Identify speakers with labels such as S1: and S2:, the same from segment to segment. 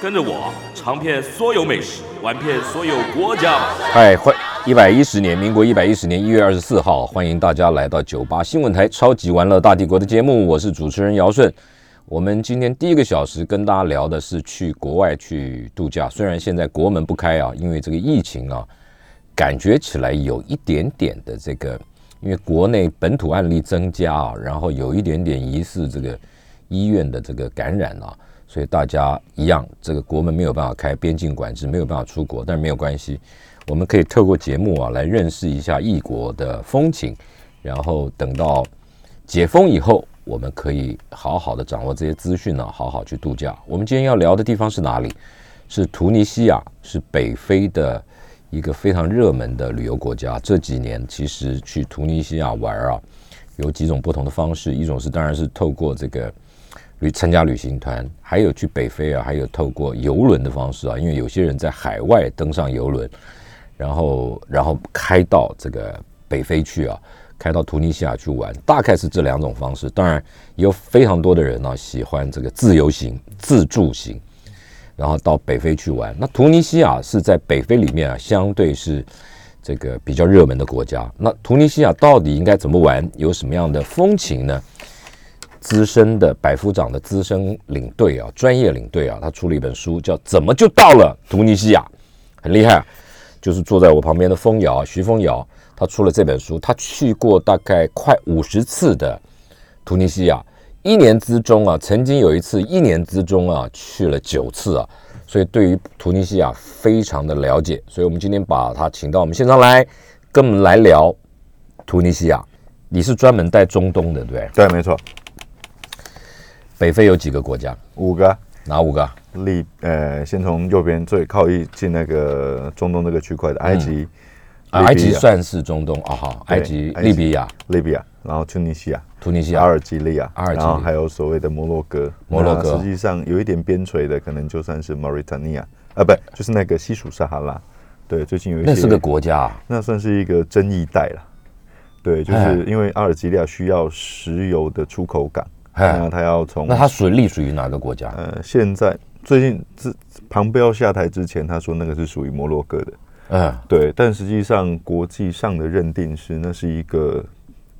S1: 跟着我尝遍所有美食，玩遍所有国家吧。
S2: 嗨，哎欢一百一十年，民国一百一十年一月二十四号，欢迎大家来到九八新闻台《超级玩乐大帝国》的节目，我是主持人姚顺。我们今天第一个小时跟大家聊的是去国外去度假，虽然现在国门不开啊，因为这个疫情啊，感觉起来有一点点的这个，因为国内本土案例增加啊，然后有一点点疑似这个医院的这个感染啊，所以大家一样，这个国门没有办法开，边境管制没有办法出国，但是没有关系，我们可以透过节目啊来认识一下异国的风情，然后等到解封以后，我们可以好好的掌握这些资讯呢、好好去度假。我们今天要聊的地方是哪里？是突尼西亚，是北非的一个非常热门的旅游国家。这几年其实去突尼西亚玩啊，有几种不同的方式，一种是当然是透过这个旅参加旅行团，还有去北非啊，还有透过游轮的方式啊，因为有些人在海外登上游轮，然后然后开到这个北非去啊，开到突尼西亚去玩，大概是这两种方式。当然，也有非常多的人呢、喜欢这个自由行、自助行，然后到北非去玩。那突尼西亚是在北非里面啊，相对是这个比较热门的国家。那突尼西亚到底应该怎么玩？有什么样的风情呢？资深的百夫长的资深领队啊，专业领队啊，他出了一本书，叫《怎么就到了突尼西亚》，很厉害啊。就是坐在我旁边的风瑶，啊徐风瑶，他出了这本书，他去过大概快五十次的突尼西亚，一年之中啊，曾经有一次一年之中啊去了九次啊，所以对于突尼西亚非常的了解，所以我们今天把他请到我们现场来，跟我们来聊突尼西亚。你是专门带中东的，对不对？
S3: 对，没错，
S2: 北非有几个国家？
S3: 五个
S2: 哪五个？啊
S3: 利呃，先从右边最靠一进那个中东这个区块
S2: 嗯
S3: 的埃及、
S2: 啊
S3: 利
S2: 埃
S3: 比
S2: 及
S3: 亚
S2: 算是中东啊，哈，
S3: 对
S2: 埃及、
S3: 埃及
S2: 利比亚、
S3: 利比亚，然后突尼西亚、
S2: 突尼西
S3: 阿
S2: 亚、
S3: 尔及利亚，
S2: 阿尔及利亚
S3: 然后还有所谓的摩洛哥。
S2: 摩洛哥
S3: 那实际上有一点边陲的，可能就算是 Mauritania 啊，不，就是那个西属撒哈拉。对，最近有一些
S2: 那是个国家啊，
S3: 那算是一个争议带了。对，就
S2: 哎
S3: 是因为阿尔及利亚需要石油的出口港，
S2: 哎
S3: 那它要从
S2: 那它属于隶属于哪个国家？
S3: 呃，现在最近自庞贝奥下台之前，他说那个是属于摩洛哥的，
S2: 嗯，
S3: 对，但实际上国际上的认定是那是一个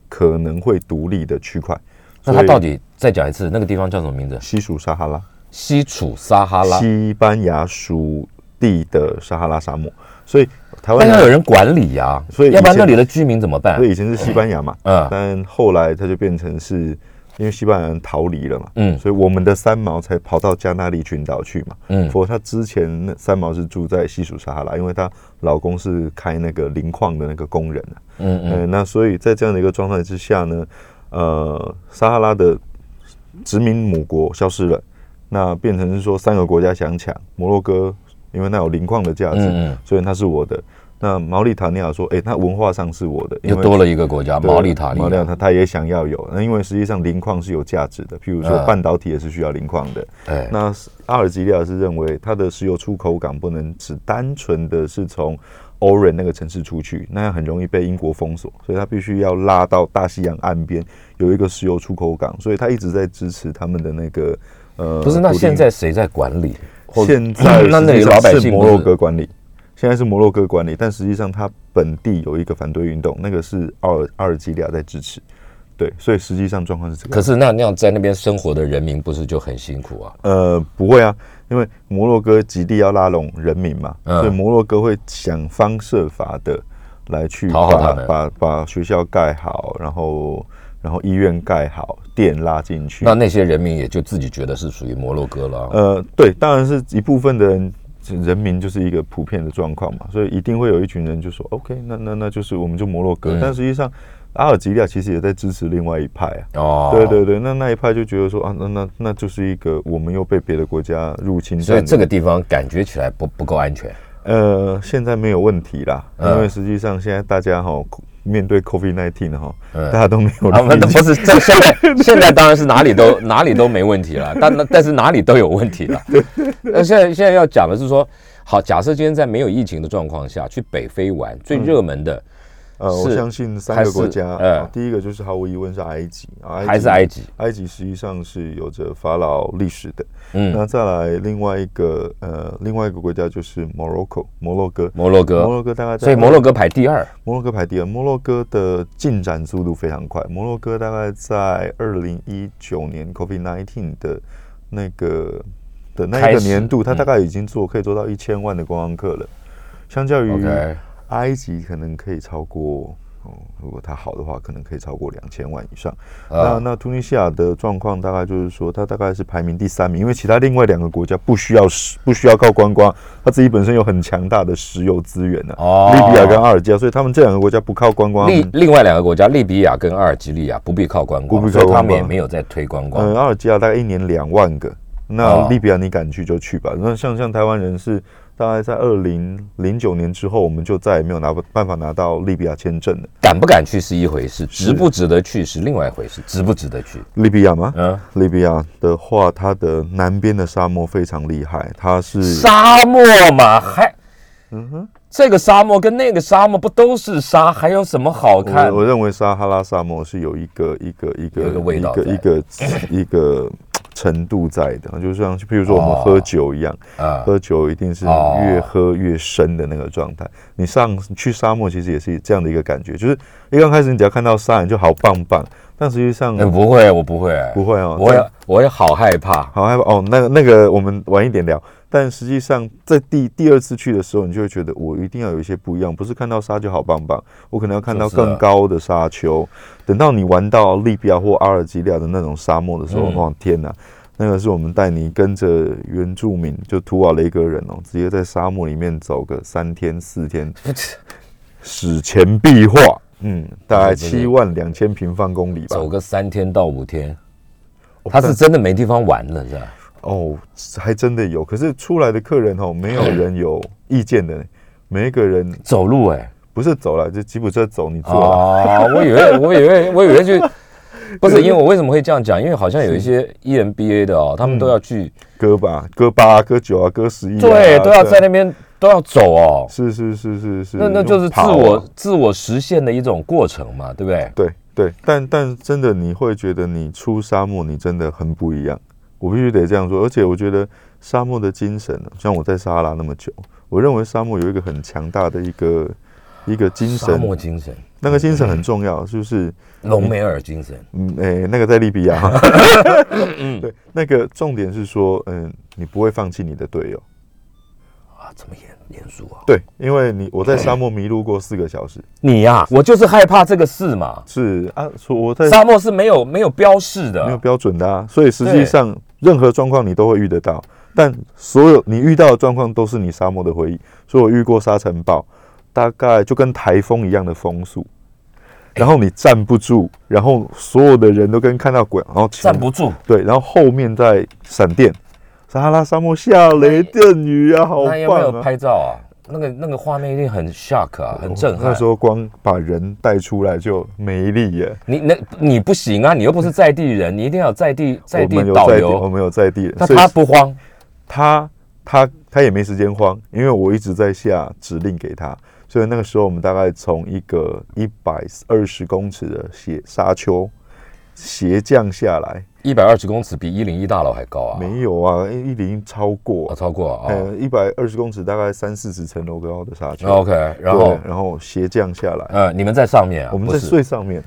S3: 可能会独立的区块。
S2: 那
S3: 所
S2: 它
S3: 以
S2: 到底再讲一次，那个地方叫什么名字？
S3: 西属撒哈拉，
S2: 西楚撒哈拉。
S3: 西班牙属地的撒哈拉沙漠，所以台
S2: 但
S3: 湾
S2: 要有人管理呀、啊，
S3: 所以以
S2: 要不然
S3: 前
S2: 那里的居民怎么办
S3: 所？以以前是西班牙嘛，
S2: 嗯
S3: 但后来它就变成是。因为西班牙人逃离了嘛，
S2: 嗯
S3: 所以我们的三毛才跑到加那利群岛去嘛，
S2: 嗯
S3: 否则她之前那三毛是住在西属撒哈拉，因为她老公是开那个磷矿的那个工人啊。
S2: 嗯嗯，
S3: 嗯、那所以在这样的一个状态之下呢，呃，撒哈拉的殖民母国消失了，那变成是说三个国家想抢摩洛哥，因为那有磷矿的价值，
S2: 嗯嗯
S3: 所以它是我的。那毛里塔尼亚说，诶，那文化上是我的，因
S2: 又
S3: 为
S2: 多了一个国家，
S3: 对
S2: 啊毛里塔尼
S3: 毛里塔
S2: 亚。
S3: 他他也想要有，那因为实际上磷矿是有价值的，譬如说
S2: 嗯
S3: 半导体也是需要磷矿的。
S2: 哎，
S3: 那阿尔及利亚是认为它的石油出口港不能只单纯的是从 Oran 那个城市出去，那样很容易被英国封锁，所以它必须要拉到大西洋岸边有一个石油出口港，所以它一直在支持他们的那个呃，
S2: 不是，那
S3: 独立
S2: 现在谁在管理？或嗯
S3: 现在
S2: 那那里
S3: 实际上
S2: 老百
S3: 是
S2: 姓不
S3: 摩
S2: 是
S3: 洛哥管理，现在是摩洛哥管理，但实际上它本地有一个反对运动，那个是阿尔阿尔及利亚在支持，对，所以实际上状况是这个样子。
S2: 可是那那样在那边生活的人民不是就很辛苦啊？
S3: 呃，不会啊，因为摩洛哥极力要拉拢人民嘛，
S2: 嗯
S3: 所以摩洛哥会想方设法的来去
S2: 讨
S3: 把
S2: 好他们
S3: 把把学校盖好，然后然后医院盖好，电拉进去。
S2: 那那些人民也就自己觉得是属于摩洛哥了啊。
S3: 呃，对，当然是一部分的人。人民就是一个普遍的状况嘛，所以一定会有一群人就说 OK，那那那就是我们就摩洛哥，
S2: 嗯
S3: 但实际上阿尔及利亚其实也在支持另外一派啊，
S2: 哦，
S3: 对。对对，那那一派就觉得说啊，那那那就是一个我们又被别的国家入侵，
S2: 所以这个地方感觉起来不不够安全。
S3: 呃，现在没有问题啦，
S2: 嗯
S3: 因为实际上现在大家哈面对 COVID 1 9哈，
S2: 嗯
S3: 大家都没有
S2: 啊，那
S3: 力气
S2: 不是在现 在现在当然是哪里都哪里都没问题了，但那但是哪里都有问题了。 那现在现在要讲的是说，好，假设今天在没有疫情的状况下去北非玩，
S3: 嗯
S2: 最热门的
S3: 呃，我
S2: 是
S3: 相信三
S2: 还
S3: 个国
S2: 是
S3: 家，
S2: 呃
S3: 呃，第一个就是毫无疑问是埃及啊，
S2: 还是埃及，
S3: 埃及实际上是有着法老历史的。
S2: 嗯，
S3: 那再来另外一个呃，另外一个国家就是 Morocco 摩洛哥，
S2: 摩洛
S3: 摩
S2: 哥，
S3: 洛哥大概在
S2: 所以摩洛哥排第二，
S3: 摩洛哥排第二，摩洛哥的进展速度非常快。摩洛哥大概在二零一九年 COVID 1 9的那个的那一
S2: 开
S3: 个
S2: 始
S3: 年度，它
S2: 嗯
S3: 大概已经做可以做到一千万的观光客了，相较于
S2: OK
S3: 埃及可能可以超过。哦，如果它好的话，可能可以超过两千万以上。那
S2: 啊，
S3: 那突尼西亚的状况大概就是说，它大概是排名第三名，因为其他另外两个国家不需要石不需要靠观光，它自己本身有很强大的石油资源呢、
S2: 哦
S3: 利比亚跟阿尔及亚，所以他们这两个国家不靠观光。
S2: 另另外两个国家利比亚跟阿尔及利亚不必靠观
S3: 不
S2: 光，
S3: 必
S2: 所以
S3: 靠
S2: 他
S3: 观
S2: 们也
S3: 光
S2: 没有在推观光
S3: 嗯，。阿尔及亚大概一年两万个，
S2: 哦
S3: 那利比亚你敢去就去吧。那像像台湾人是大概在二零零九年之后，我们就再也没有拿办法拿到利比亚签证了。
S2: 敢不敢去是一回事，值不值得去是另外一回事，值不值得去？
S3: 利比亚吗？
S2: 嗯，
S3: 利比亚的话，它的南边的沙漠非常厉害，它是
S2: 沙漠嘛，还，
S3: 嗯
S2: 这个沙漠跟那个沙漠不都是沙，还有什么好看
S3: 我？我认为撒哈拉沙漠是有一个一个一个
S2: 有一个味道
S3: 一个一个一个程度在的，就是像譬如说我们
S2: 哦
S3: 喝酒一样，
S2: 啊
S3: 喝酒一定是
S2: 哦
S3: 越喝越深的那个状态。你上去沙漠其实也是这样的一个感觉，就是一刚开始你只要看到沙，你就好棒棒，但实际上
S2: 哎不会，我不会，
S3: 不会哦，
S2: 我也我也好害怕。
S3: 好害怕哦。那个那个，我们晚一点聊。但实际上，在第第二次去的时候，你就会觉得我一定要有一些不一样，不是看到沙就好棒棒，我可能要看到
S2: 就是啊
S3: 更高的沙丘。等到你玩到利比亚或阿尔及利亚的那种沙漠的时候，
S2: 嗯
S3: 哦天哪！那个是我们带你跟着原住民，就图瓦雷格人哦，直接在沙漠里面走个三天四天，史前壁画，嗯，大概
S2: 不是不是
S3: 七万两千平方公里吧。
S2: 走个三天到五天，
S3: 哦
S2: 他是真的没地方玩了，是吧？
S3: 哦，还真的有。可是出来的客人哦，没有
S2: 哎
S3: 人有意见的，每一个人
S2: 走路哎，
S3: 不是走了，就吉普车走，你坐了。
S2: 哦，我以 为我以为我以为去，不是因为我为什么会这样讲？因为好像有一些 EMBA 的哦，他们都要去，
S3: 哥吧，哥八、哥九啊，哥嗯十一、啊，
S2: 对，都要在那
S3: 那。
S2: 边都要走哦。
S3: 是是是是是，
S2: 那那就是自
S3: 跑啊
S2: 我自我实现的一种过程嘛，对不对？
S3: 对对，但但真的你会觉得你出沙漠，你真的很不一样。我必须得这样说，而且我觉得沙漠的精神呢，像我在撒哈拉那么久，我认为沙漠有一个很强大的一个一个精
S2: 沙
S3: 神，
S2: 漠精神，
S3: 那个精神很重要，就是
S2: 隆美尔精神，
S3: 嗯，诶、那个在利比亚哈，
S2: 嗯
S3: 对，那个重点是说，嗯，你不会放弃你的队友，
S2: 啊，这么严严肃啊！
S3: 对，因为你我在沙漠迷路过四个小时，
S2: 你呀、我就是害怕这个事嘛。
S3: 是啊，说我在
S2: 沙漠是没有没有标示的，
S3: 没有标准的啊，所以实
S2: 对
S3: 际上任何状况你都会遇得到，但所有你遇到的状况都是你沙漠的回忆，所以我遇过沙尘暴，大概就跟台风一样的风速。然后你站不住，然后所有的人都跟看到鬼，然后前
S2: 站不住，
S3: 对，然后后面再闪电，撒哈拉沙漠下雷阵雨啊，好
S2: 那有没有
S3: 棒啊！
S2: 拍照啊？那个那个画面一定很 shock 啊，很震撼。
S3: 哦那时候光把人带出来就没力耶。
S2: 你那你不行啊，你又不是在地人，你一定要有在地在
S3: 我
S2: 地
S3: 们有
S2: 导
S3: 在地，我
S2: 游。
S3: 们有在地人，
S2: 那
S3: 所以
S2: 他不慌，
S3: 他他他也没时间慌，因为我一直在下指令给他，所以那个时候我们大概从一个一百二十公尺的斜沙丘斜降下来，
S2: 一百二十公尺比一零一大楼还高啊，
S3: 没有啊，一零超过
S2: 啊，超过啊。
S3: 呃，一百二十公尺大概三四十层楼高的沙丘。
S2: OK，然后
S3: 对然后斜降下来，
S2: 呃，你们在上面啊？
S3: 我们
S2: 不
S3: 在
S2: 是
S3: 最上面，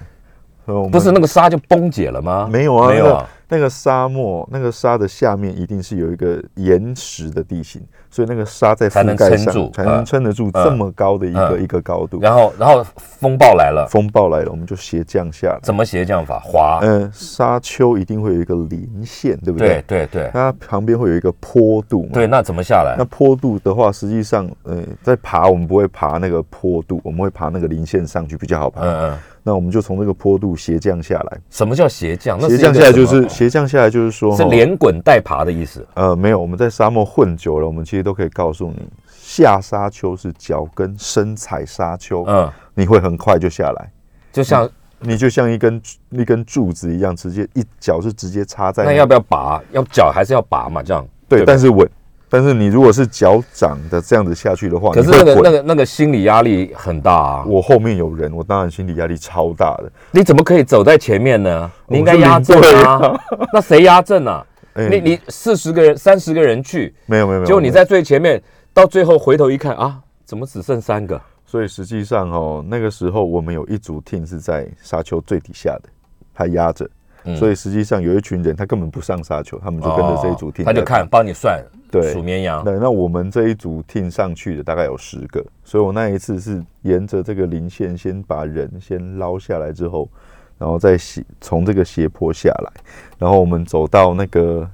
S3: 呃我们
S2: 不是那个沙就崩解了吗？
S3: 没有啊，
S2: 没有啊。
S3: 那个，那个沙漠，那个沙的下面一定是有一个岩石的地形，所以那个沙在
S2: 才能
S3: 覆盖
S2: 撑
S3: 上
S2: 住
S3: 才能
S2: 嗯
S3: 撑得住
S2: 嗯
S3: 这么高的一个
S2: 嗯
S3: 一个高度。
S2: 然后然后风暴来了，
S3: 风暴来了，我们就斜降下来。
S2: 怎么斜降法？滑。
S3: 嗯，沙丘一定会有一个零线，对不
S2: 啊对
S3: 对？
S2: 对对
S3: 它旁边会有一个坡度嘛。
S2: 对，那怎么下来
S3: 那？坡度的话，实际上，呃，在爬我们不会爬那个坡度，我们会爬那个零线上去比较好爬。
S2: 嗯嗯，
S3: 那我们就从这个坡度斜降下来，
S2: 什么叫斜降？那是
S3: 斜
S2: 一个
S3: 降下来就
S2: 什
S3: 是
S2: 么
S3: 斜降下来就是说
S2: 是
S3: 齁
S2: 连滚带爬的意思。
S3: 呃没有，我们在沙漠混久了，我们其实都可以告诉你，下沙丘是脚跟深踩沙丘，
S2: 嗯，
S3: 你会很快就下来，
S2: 就像
S3: 你就像一根一根柱子一样，直接一脚是直接插在
S2: 那
S3: 个
S2: 要不要拔？要脚还是要拔嘛？这样
S3: 对，
S2: 吧
S3: 但是稳。但是你如果是脚掌的这样子下去的话，
S2: 可是
S3: 你会
S2: 那个
S3: 滚
S2: 那个那个心理压力很大啊！
S3: 我后面有人，我当然心理压力超大的。
S2: 你怎么可以走在前面呢？你应该
S3: 我是
S2: 压阵
S3: 领队
S2: 啊！那谁压阵啊？
S3: 哎
S2: 你你四十个人、三十个人去，
S3: 没有没有没有，
S2: 结果你
S3: 没有
S2: 在最前面，到最后回头一看啊，怎么只剩三个？
S3: 所以实际上哦，那个时候我们有一组 team 是在沙丘最底下的，他压着。
S2: 嗯
S3: 所以实际上有一群人，他根本不上沙丘，他们就跟着这一组 team，、
S2: 哦他就看帮你算
S3: 对
S2: 数绵羊，
S3: 对，那我们这一组 team 上去的大概有十个，所以我那一次是沿着这个林线先把人先捞下来之后，然后再斜从这个斜坡下来，然后我们走到那个，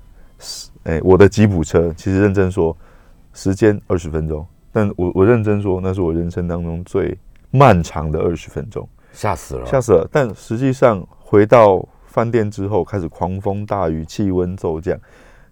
S3: 哎、我的吉普车，其实认真说，时间二十分钟，但我我认真说，那是我人生当中最漫长的二十分钟，
S2: 吓死了！
S3: 吓死了。但实际上回到饭店之后，开始狂风大雨，气温骤降。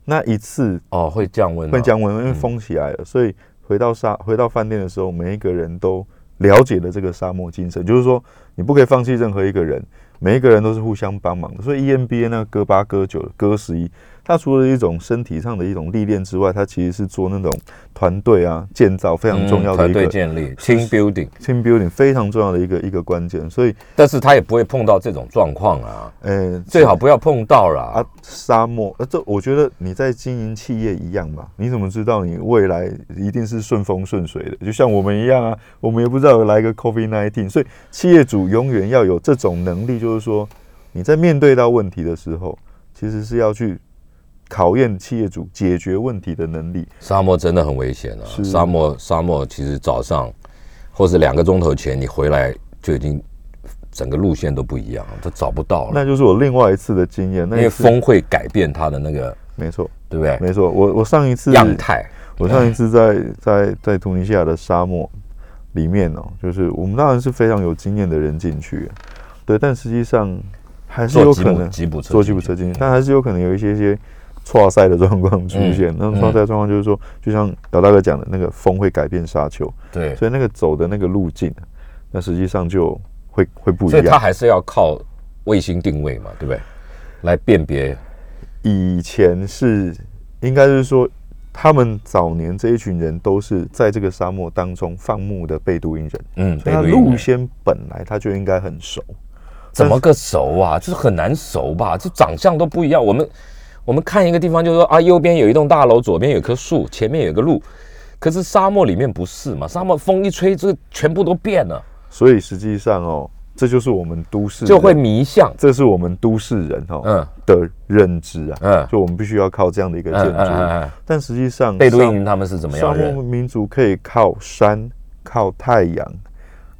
S3: 那一次
S2: 哦，会降温啊，
S3: 会降温，因为封起来了，所以回到沙回到饭店的时候，每一个人都了解了这个沙漠精神，就是说你不可以放弃任何一个人，每一个人都是互相帮忙的。所以 E EMBA 那个哥八、哥九、哥十一，它除了一种身体上的一种历练之外，它其实是做那种团队啊建造非常
S2: 嗯
S3: 重要的
S2: 团
S3: 一个
S2: 队建立 team building，
S3: team building 非常重要的一个一个关键。所以，
S2: 但是他也不会碰到这种状况啊，
S3: 呃，
S2: 最好不要碰到啦
S3: 啊。，沙漠，呃，这我觉得你在经营企业一样嘛，你怎么知道你未来一定是顺风顺水的？就像我们一样啊，我们也不知道有来个 COVID nineteen，所以企业主永远要有这种能力，就是说你在面对到问题的时候，其实是要去考验企业主解决问题的能力。
S2: 沙漠真的很危险啊！
S3: 是
S2: 沙漠沙漠其实早上或是两个钟头前你回来就已经整个路线都不一样，都找不到了，
S3: 那就是我另外一次的经验，
S2: 因
S3: 那一
S2: 为
S3: 次，
S2: 风会改变它的那个，
S3: 没错，
S2: 对不对？
S3: 没错，我我上一次
S2: 样态。
S3: 我上一次在在在突尼西亚的沙漠里面哦，就是我们当然是非常有经验的人进去，对，但实际上还是
S2: 坐
S3: 有
S2: 吉
S3: 可
S2: 普
S3: 能
S2: 吉普车
S3: 坐吉普
S2: 进去
S3: 车进去，但还是有可能有一些些错塞的状况出现。那错塞的状况就是说，就像老大哥讲的，那个风会改变沙丘，
S2: 对，
S3: 所以那个走的那个路径，啊那实际上就会会不一
S2: 所以它
S3: 样。
S2: 还是要靠卫星定位嘛，对不对？来辨别
S3: 以前是应该是说。他们早年这一群人都是在这个沙漠当中放牧的贝都因人，
S2: 嗯，
S3: 所以他
S2: 贝都因
S3: 路
S2: 人
S3: 线本来他就应该很熟，
S2: 怎么个熟啊？就是很难熟吧？这长相都不一样。我们我们看一个地方，就是说啊，右边有一栋大楼，左边有棵树，前面有个路。可是沙漠里面不是嘛？沙漠风一吹，这个全部都变了，
S3: 所以实际上哦，这就是我们都市人
S2: 就会，迷向。
S3: 这是我们都市人哦、
S2: 嗯
S3: 的认知啊，
S2: 嗯
S3: 就我们必须要靠这样的一个建
S2: 嗯
S3: 筑，
S2: 嗯嗯嗯
S3: 但实际上
S2: 贝都因人他们是怎么
S3: 沙
S2: 样
S3: 漠
S2: 认？
S3: 民族可以靠山、靠太阳、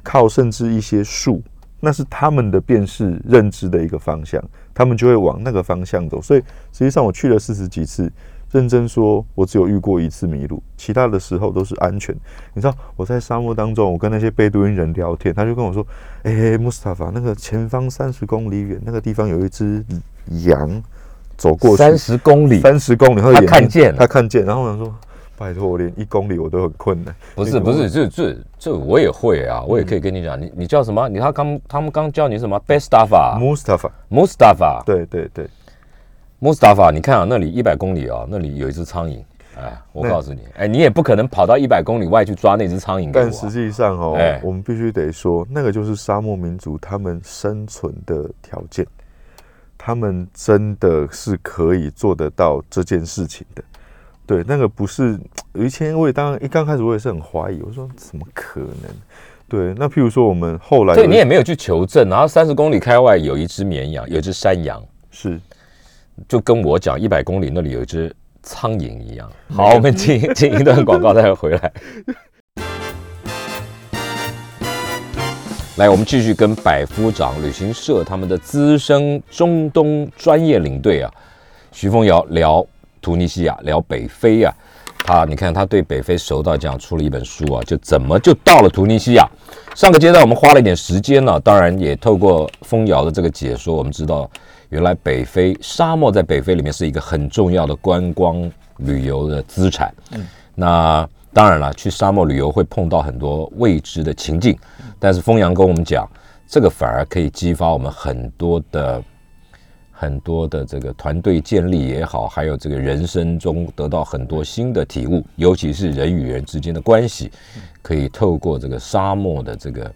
S3: 靠甚至一些树，那是他们的辨识认知的一个方向，他们就会往那个方向走。所以实际上我去了四十几次，认真说，我只有遇过一次迷路，其他的时候都是安全。你知道我在沙漠当中，我跟那些贝都因人聊天，他就跟我说：“哎、穆斯塔法，那个前方三十公里远那个地方有一只羊走过去，
S2: 三十公里，
S3: 三十公里，他的
S2: 他
S3: 眼睛
S2: 看见了
S3: 他看见，然后我想说，拜托，我连一公里我都很困难。
S2: 不是不是，这这这我也会啊，我也
S3: 嗯
S2: 可以跟你讲，你你叫什么？你他刚他们刚叫你什么？Bestafa
S3: Mustafa，
S2: Mustafa，
S3: 对对对，
S2: Mustafa，你看啊，那里一百公里啊、那里有一只苍蝇。哎，我
S3: 那
S2: 告诉你，哎，你也不可能跑到一百公里外去抓那只苍蝇给我、
S3: 但
S2: 啊
S3: 实。际上哦
S2: 哎，
S3: 我们必须得说，那个就是沙漠民族他们生存的条件，他们真的是可以做得到这件事情的。对，那个不是于谦，我也当然一刚开始我也是很怀疑，我说怎么可能？对，那譬如说我们后来有
S2: 对
S3: 一
S2: 你也没有去求证，然后三十公里开外有一只绵羊，有一只山羊，
S3: 是
S2: 就跟我讲一百公里那里有一只苍蝇一样。好，我们进进一段广告再回来。来，我们继续跟百夫长旅行社他们的资深中东专业领队啊，徐凤瑶聊突尼西亚，聊北非啊。他，你看他对北非熟到这样，出了一本书啊，就怎么就到了突尼西亚。上个阶段我们花了一点时间呢、当然也透过风瑶的这个解说，我们知道原来北非沙漠在北非里面是一个很重要的观光旅游的资产。那当然了，去沙漠旅游会碰到很多未知的情境，但是风阳跟我们讲，这个反而可以激发我们很多的很多的这个团队建立也好，还有这个人生中得到很多新的体悟，尤其是人与人之间的关系，可以透过这个沙漠的这个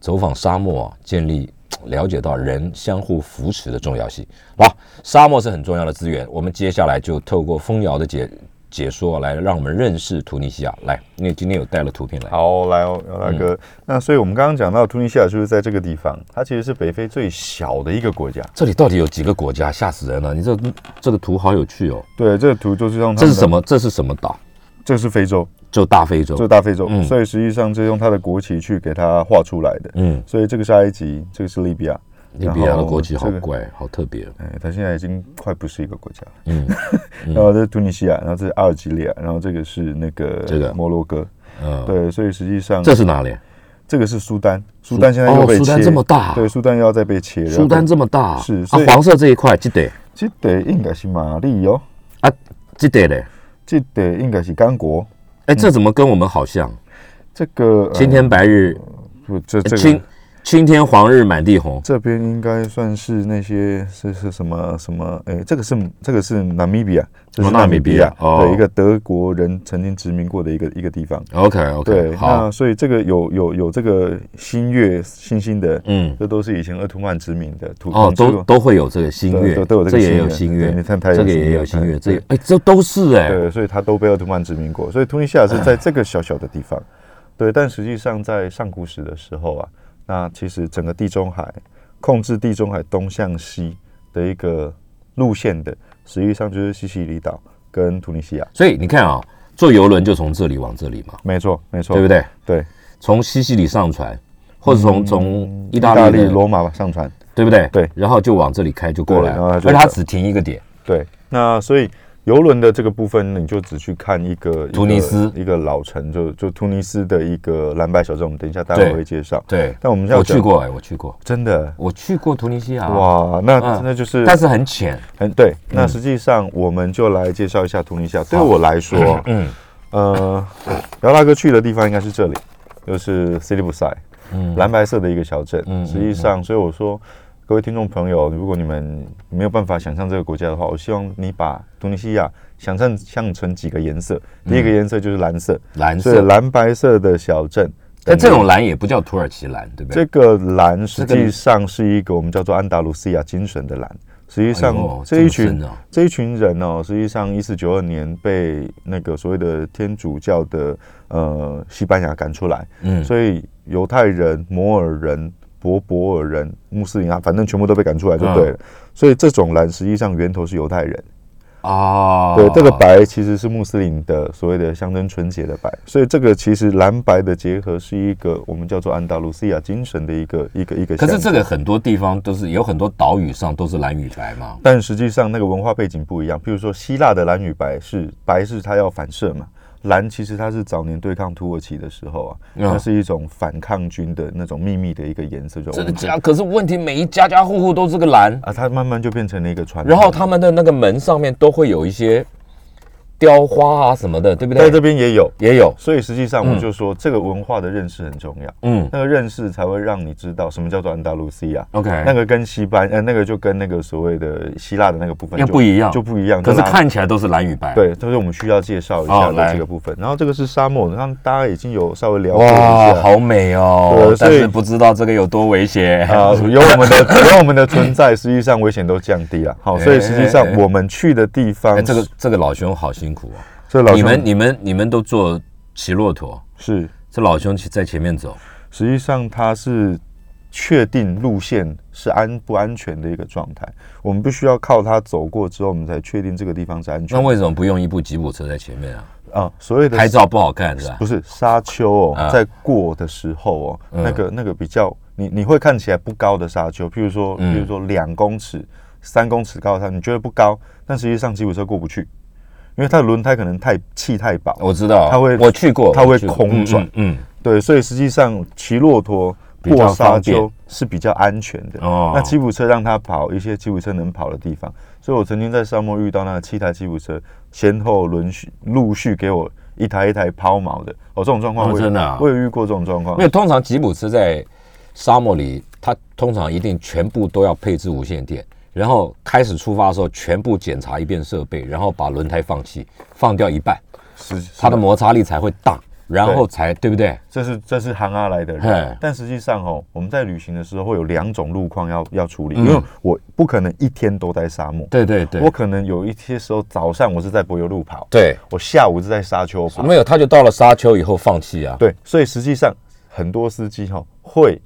S2: 走访沙漠啊，建立了解到人相互扶持的重要性。好，沙漠是很重要的资源，我们接下来就透过风瑶的解解说来让我们认识突尼西亚。来，因为今天有带了图片来，
S3: 好，来哦，姚大哥。那所以我们刚刚讲到，突尼西亚就是在这个地方，它其实是北非最小的一个国家。
S2: 这里到底有几个国家？吓死人了！你这这个图好有趣哦。
S3: 对，这个图就是用它
S2: 这是
S3: 嗯的
S2: 什？么？这是什么岛？
S3: 这是非洲，
S2: 就大非洲
S3: 这。是大非洲。
S2: 嗯
S3: 所以实际上，这用它的国旗去给它画出来的。
S2: 嗯，
S3: 所以这个是埃及，这个是利比亚。
S2: 利比亚
S3: 然
S2: 的
S3: 后
S2: 国旗好
S3: 这个
S2: 怪，好特别。
S3: 哎，它现在已经快不是一个国家了。
S2: 嗯，
S3: 然后这是突尼西亚，然后这是阿尔及利亚，然后这个是那个
S2: 这个
S3: 摩洛哥。
S2: 嗯，
S3: 对，所以实际上
S2: 这是哪里？
S3: 这个是苏丹，苏丹现在又
S2: 哦
S3: 被切，
S2: 苏丹这么大
S3: 对，苏丹又要再被切。
S2: 苏丹这么大，
S3: 是
S2: 啊
S3: 所以，
S2: 黄色这一块，这得
S3: 这得应该是马里哦，
S2: 啊，这得嘞。
S3: 这得应该是刚果。
S2: 哎，这怎么跟我们好像？
S3: 这个呃
S2: 青天白日，
S3: 不这
S2: 呃
S3: 嗯这个
S2: 青青天黄日满地红。
S3: 这边应该算是那些是是什么什么？哎、这个是这个是纳米比亚，这是
S2: 哦纳米比亚哦
S3: 对，一个德国人曾经殖民过的一个一个地方。
S2: OK OK，
S3: 对，
S2: 好
S3: 那，所以这个有有有这个新月星星的，
S2: 嗯，
S3: 这都是以前鄂图曼殖民的土
S2: 哦，
S3: 统治
S2: 都都会有这个新
S3: 对
S2: 月
S3: 都都有，这
S2: 这
S3: 个
S2: 也
S3: 新
S2: 有
S3: 月
S2: 新
S3: 对
S2: 月
S3: 你看，它有
S2: 这个也
S3: 新
S2: 有
S3: 月
S2: 新
S3: 对
S2: 月，这
S3: 对
S2: 哎，这都是哎，
S3: 对，所以它都被奥斯曼殖民过，所以突尼西亚是在这个小小的地方，对，但实际上在上古史的时候啊，那其实整个地中海控制地中海东向西的一个路线的，实际上就是西西里岛跟突尼西亚，
S2: 所以你看啊，坐游轮就从这里往这里嘛，
S3: 没错，没错，
S2: 对不
S3: 对？
S2: 对？
S3: 对，嗯
S2: 从西西里上船，或者从从意大利
S3: 利、
S2: 的，
S3: 罗马上船，
S2: 对不对？
S3: 对
S2: 然后就往这里开就过来
S3: 对然后
S2: 了
S3: 它，就
S2: 而它只停一个点。
S3: 对，那所以游轮的这个部分，你就只去看一个
S2: 突尼斯
S3: 一个一个老城，就就突尼斯的一个蓝白小镇，我们等一下待会
S2: 对
S3: 会介绍。
S2: 对，
S3: 但我们现在
S2: 我去
S3: 讲
S2: 过哎，我去过，
S3: 真的
S2: 我去过突尼西亚，，
S3: 哇，那
S2: 嗯
S3: 那就是
S2: 但是很浅，
S3: 很嗯对，
S2: 嗯
S3: 那实际上我们就来介绍一下突尼西亚。对我来说，
S2: 嗯
S3: 呃，姚大哥去的地方应该是这里，就是 c i l i b u s a i
S2: 嗯，
S3: 蓝白色的一个小镇
S2: 嗯嗯。
S3: 实际上，所以我说，各位听众朋友，如果你们没有办法想象这个国家的话，我希望你把突尼西亚想象象成几个颜色。第
S2: 嗯
S3: 一个颜色就是蓝色，
S2: 蓝
S3: 所以
S2: 色，
S3: 蓝白色的小镇。
S2: 但这种蓝也不叫土耳其蓝，对不对
S3: 这？个蓝实
S2: 这个
S3: 际上是一个我们叫做安达卢西亚精神的蓝。实际
S2: 哎呦
S3: 上，这一
S2: 这么
S3: 群
S2: 深啊
S3: 这一群人哦，实际上一四九二年被那个所谓的天主教的呃西班牙赶出来，
S2: 嗯，
S3: 所以犹太人、摩尔人、博博尔人、穆斯林啊，反正全部都被赶出来就对
S2: 嗯
S3: 了。所以这种蓝实际上源头是犹太人，
S2: 啊，
S3: 对，这个白其实是穆斯林的所谓的象征纯洁的白，所以这个其实蓝白的结合是一个我们叫做安达卢西亚精神的一个一个一个。
S2: 可是这个。很多地方都是有很多岛屿上都是蓝与白嘛，
S3: 但实际上那个文化背景不一样。譬如说，希腊的蓝与白是白是它要反射嘛，蓝其实它是早年对抗土耳其的时候啊，
S2: 嗯
S3: 它是一种反抗军的那种秘密的一个颜色，就
S2: 真的假？可是问题每一家家户户都是个蓝，
S3: 啊，它慢慢就变成了一个传统。
S2: 然后他们的那个门上面都会有一些雕花啊什么的，对不
S3: 在
S2: 对
S3: 这？边也有，
S2: 也有，
S3: 所以实际上我就说这个文化的认识很重要，
S2: 嗯
S3: 那个认识才会让你知道什么叫做安达卢西亚。
S2: ，OK，
S3: 那个跟西班呃那个就跟那个所谓的希腊的那个部分
S2: 又
S3: 就
S2: 不一样
S3: 就不一样。
S2: 可是
S3: 就拉
S2: 看起来都是蓝与白，，
S3: 对，所以我们需要介绍一
S2: 哦
S3: 下
S2: 来
S3: 的这个部分。然后这个是沙漠，让大家已经有稍微了解一
S2: 哇，
S3: 下。啊
S2: 好美哦
S3: 对，
S2: 但
S3: 所以
S2: 是不知道这个有多危险
S3: 啊，有我们的 有我们的存在，实际上危险都降低了。好，所以实际上
S2: 哎哎哎
S3: 我们去的 地
S2: 哎
S3: 方，
S2: 这个这个老兄好辛苦
S3: 这老
S2: 哦，
S3: 兄
S2: 你们你们你们都坐骑骆驼，
S3: 是
S2: 这老兄骑在前面走，
S3: 实际上它是确定路线是安不安全的一个状态，我们必须要靠它走过之后，我们才确定这个地方是安
S2: 那
S3: 全
S2: 为什么不用一部吉普车在前面啊？
S3: 啊。所谓的
S2: 拍照不好看是吧
S3: 不？是沙丘哦
S2: 啊，
S3: 在过的时候哦，
S2: 嗯
S3: 那个那个比较，你你会看起来不高的沙丘，譬如说，
S2: 嗯
S3: 譬如说两公尺、三公尺高的沙，你觉得不高，但实际上吉普车过不去，因为它的轮胎可能太气太饱，
S2: 我知道，
S3: 它会
S2: 我去过，
S3: 它会
S2: 我去过
S3: 空转
S2: 嗯，嗯嗯
S3: 对，所以实际上骑骆驼
S2: 比较
S3: 过
S2: 方
S3: 沙
S2: 便
S3: 丘是比较安全的。
S2: 哦
S3: 那吉普车让它跑一些吉普车能跑的地方，所以我曾经在沙漠遇到那七台吉普车，先后轮续陆续给我一台一台抛锚的。哦，这种状况
S2: 哦
S3: 我也
S2: 真的啊
S3: 我也遇过这种状况
S2: 因。为通常吉普车在沙漠里，它通常一定全部都要配置无线电，然后开始出发的时候全部检查一遍设备，然后把轮胎放弃，放掉一半，
S3: 是是
S2: 它的摩擦力才会大，然后才对不对？
S3: 这是这是行阿来的
S2: 嘿
S3: 人，但实际上哦，我们在旅行的时候会有两种路况要要处理，因为我不可能一天都在沙漠，
S2: 对嗯对对
S3: 我可能有一些时候早上我是在柏油路跑，
S2: 对，
S3: 我下午是在沙丘跑，
S2: 没有，它就到了沙丘以后放弃啊，
S3: 对，所以实际上很多司机哈会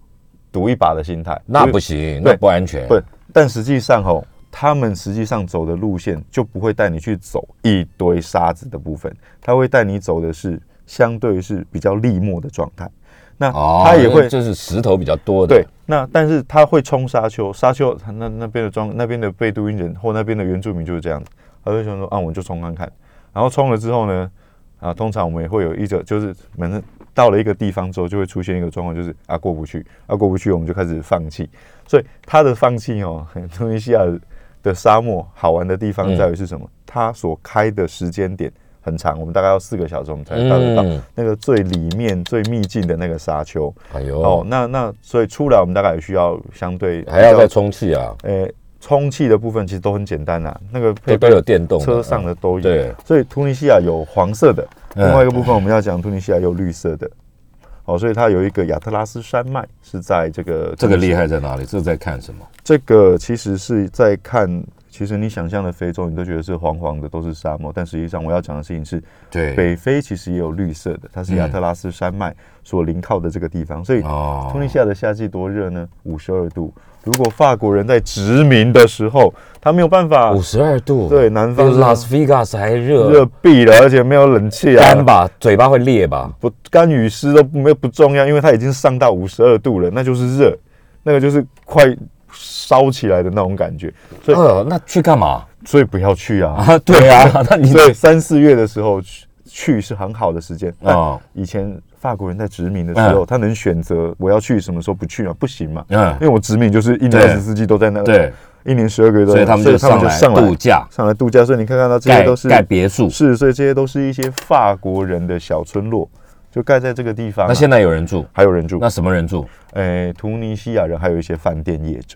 S3: 赌一把的心态，
S2: 那不
S3: 就是
S2: 行，
S3: 对
S2: 那不安全。
S3: 不，但实际上吼，他们实际上走的路线就不会带你去走一堆沙子的部分，他会带你走的是相对是比较砾漠的状态。那
S2: 哦，
S3: 他也会、
S2: 就是石头比较多的，
S3: 对，那但是他会冲沙丘，沙丘那那边的庄那边的贝都因人或那边的原住民就是这样子，他会想说啊，我就冲看看，然后冲了之后呢，啊，通常我们也会有一种就是反正到了一个地方之后就会出现一个状况，就是啊过不去，啊过不去，我们就开始放弃。所以他的放弃哦，东南西亚的沙漠好玩的地方在于是什么？它所开的时间点很长，我们大概要四个小时我们才到得到
S2: 嗯
S3: 那个最里面最秘境的那个沙丘。
S2: 哎呦，
S3: 哦，那那所以出来我们大概也需要相对
S2: 还要再
S3: 比
S2: 充气啊，
S3: 较呃充气的部分其实都很简单啦、那个配
S2: 都
S3: 备
S2: 都有电动的嗯
S3: 车上的都有。
S2: 对，
S3: 所以突尼西亚有黄色的，
S2: 嗯
S3: 另外一个部分我们要讲突尼西亚有绿色的。哦，所以它有一个亚特拉斯山脉是在这个
S2: 这个厉害在哪里？这在看什么？
S3: 这个其实是在看，其实你想象的非洲，你都觉得是黄黄的，都是沙漠，但实际上我要讲的事情是，
S2: 对，
S3: 北非其实也有绿色的，它是亚特拉斯山脉所临靠的这个地方，所以
S2: 哦
S3: 突尼西亚的夏季多热呢？五十二度。如果法国人在殖民的时候，他没有办法
S2: 五十二度，
S3: 啊对南方
S2: 比拉斯维加斯还热，
S3: 热毙了，而且没有冷气啊，
S2: 干吧，嘴巴会裂吧？
S3: 不干与湿都没有不重要，因为它已经上到五十二度了，那就是热，那个就是快烧起来的那种感觉，所以、
S2: 呃，那去干嘛
S3: 所以不要去啊。
S2: 啊？对啊，那 你
S3: 所以三四月的时候去去是很好的时间。
S2: 哦
S3: 啊，以前法国人在殖民的时候，他能选择我要去什么时候不去嘛？不行嘛，
S2: 嗯
S3: 因为我殖民就是一年
S2: 对
S3: 二十四季都在那，
S2: 对，
S3: 一年十二个月都
S2: 所
S3: 在
S2: 以
S3: 那，
S2: 他们就上
S3: 就
S2: 来
S3: 上来
S2: 度假，
S3: 上来度假。所以你看看到这些
S2: 盖
S3: 都是
S2: 盖别墅。
S3: 是，所以这些都是一些法国人的小村落，就盖在这个地方啊。
S2: 那现在有人住，
S3: 还有人住哎
S2: 那，什么人住？
S3: 诶，图尼西亚人还有一些饭店业者。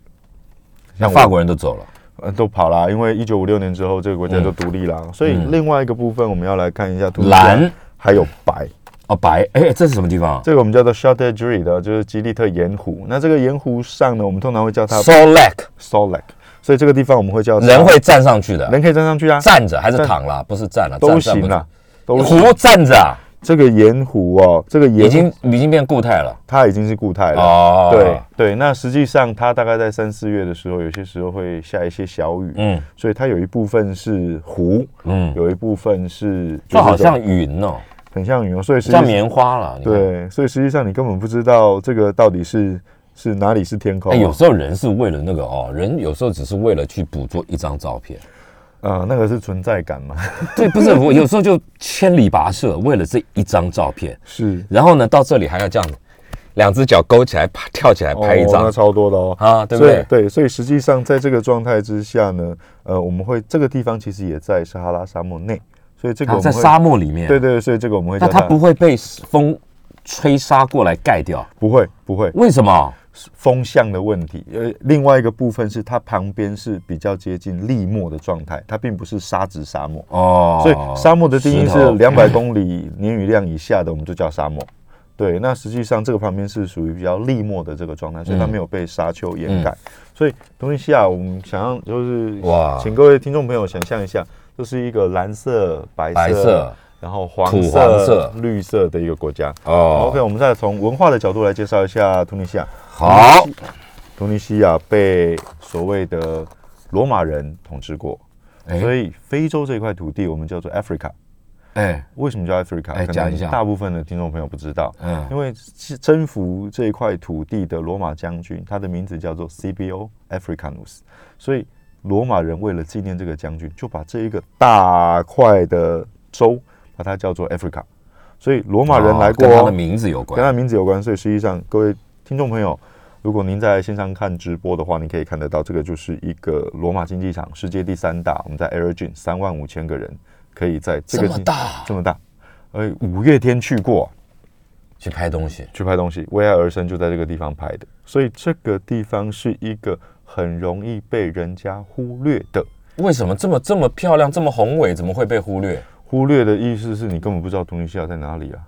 S2: 那
S3: 我
S2: 法国人都走了，
S3: 呃，都跑啦，因为一九五六年之后这个国家就独立啦，所以另外一个部分我们要来看一下土
S2: 蓝
S3: 还有白，
S2: 哦，白，哎，这是什么地方
S3: 这个我们叫做 s h a r t e d r e 的，就是吉利特盐湖。那这个盐湖上呢，我们通常会叫它
S2: s o l a c
S3: Solak，所以这个地方我们会叫它
S2: 人会站上去的，
S3: 人可以站上去啊，
S2: 站着还是躺了？不是站了，
S3: 都
S2: 站站
S3: 行
S2: 不
S3: 啦
S2: 了。，
S3: 都行。
S2: 湖站着啊，
S3: 这个盐湖哦，这个
S2: 已
S3: 盐
S2: 经已经变固态了
S3: 它已经是固态了。
S2: 哦。
S3: 对，对，那实际上它大概在三四月的时候，有些时候会下一些小雨，
S2: 嗯
S3: 所以它有一部分是湖，
S2: 嗯，
S3: 有一部分是就
S2: 就
S3: 是
S2: 好
S3: 这种
S2: 像云哦，
S3: 很像云哦，所以实际
S2: 像
S3: 上
S2: 棉花了。你看，
S3: 对，所以实际上你根本不知道这个到底是是哪里是天空、
S2: 哎，有
S3: 啊，
S2: 时候人是为了那个哦，人有时候只是为了去捕捉一张照片。
S3: 呃，那个是存在感嘛？
S2: 对，不是我有时候就千里跋涉，为了这一张照片，
S3: 是
S2: 然后呢，到这里还要这样，两只脚勾起来，啪跳起来拍一
S3: 哦、
S2: 张
S3: 那超多的哦。
S2: 啊，对不
S3: 所以
S2: 对？
S3: 对，所以实际上在这个状态之下呢，呃，我们会这个地方其实也在撒哈拉沙漠内，所以这个
S2: 它
S3: 我
S2: 在
S3: 们会、
S2: 沙漠里面，
S3: 对对，对所以这个我们会叫
S2: 那它
S3: 它
S2: 不会被风吹沙过来盖掉，
S3: 不会不会
S2: 为什么？
S3: 风向的问题。呃，另外一个部分是它旁边是比较接近砾漠的状态，它并不是沙质沙漠。
S2: 哦，
S3: 所以沙漠的定义
S2: 石
S3: 是
S2: 头
S3: 两百公里年雨量以下的，我们就叫沙漠。对，那实际上这个旁边是属于比较砾漠的这个状态，所以它
S2: 嗯
S3: 没有被沙丘掩盖。所以东西啊亚，我们想象就是
S2: 哇
S3: 请各位听众朋友想象一下，这是一个蓝色、白色，
S2: 白色
S3: 然后黄
S2: 土
S3: 色、
S2: 黄色
S3: 绿色的一个国家。
S2: 哦
S3: OK，我们再从文化的角度来介绍一下突尼西亚。
S2: 好，
S3: 突尼西亚被所谓的罗马人统治过，
S2: 哎
S3: 所以非洲这块土地我们叫做 Africa。
S2: 哎，
S3: 为什么叫 Africa？
S2: 哎
S3: 可能
S2: 讲一下
S3: 大部分的听众朋友不知道，
S2: 嗯
S3: 因为是征服这一块土地的罗马将军，他的名字叫做 CBO Africanus，所以罗马人为了纪念这个将军，就把这一个大块的州，把它叫做 Africa。所以罗马人来过、
S2: 哦跟他的名字有
S3: 跟
S2: 关，
S3: 他名字有关，所以实际上各位听众朋友，如果您在线上看直播的话，你可以看得到，这个就是一个罗马竞技场，世界第三大，我们在 Airgen 三万五千个人可以在这个
S2: 这么
S3: 竞
S2: 大
S3: 这么大。呃，五月天去过啊、
S2: 去拍东西，
S3: 去拍东西，为爱而生就在这个地方拍的，所以这个地方是一个很容易被人家忽略的。
S2: 为什么这么这么漂亮，这么宏伟，怎么会被忽略？
S3: 忽略的意思是你根本不知道突尼西亚在哪里啊。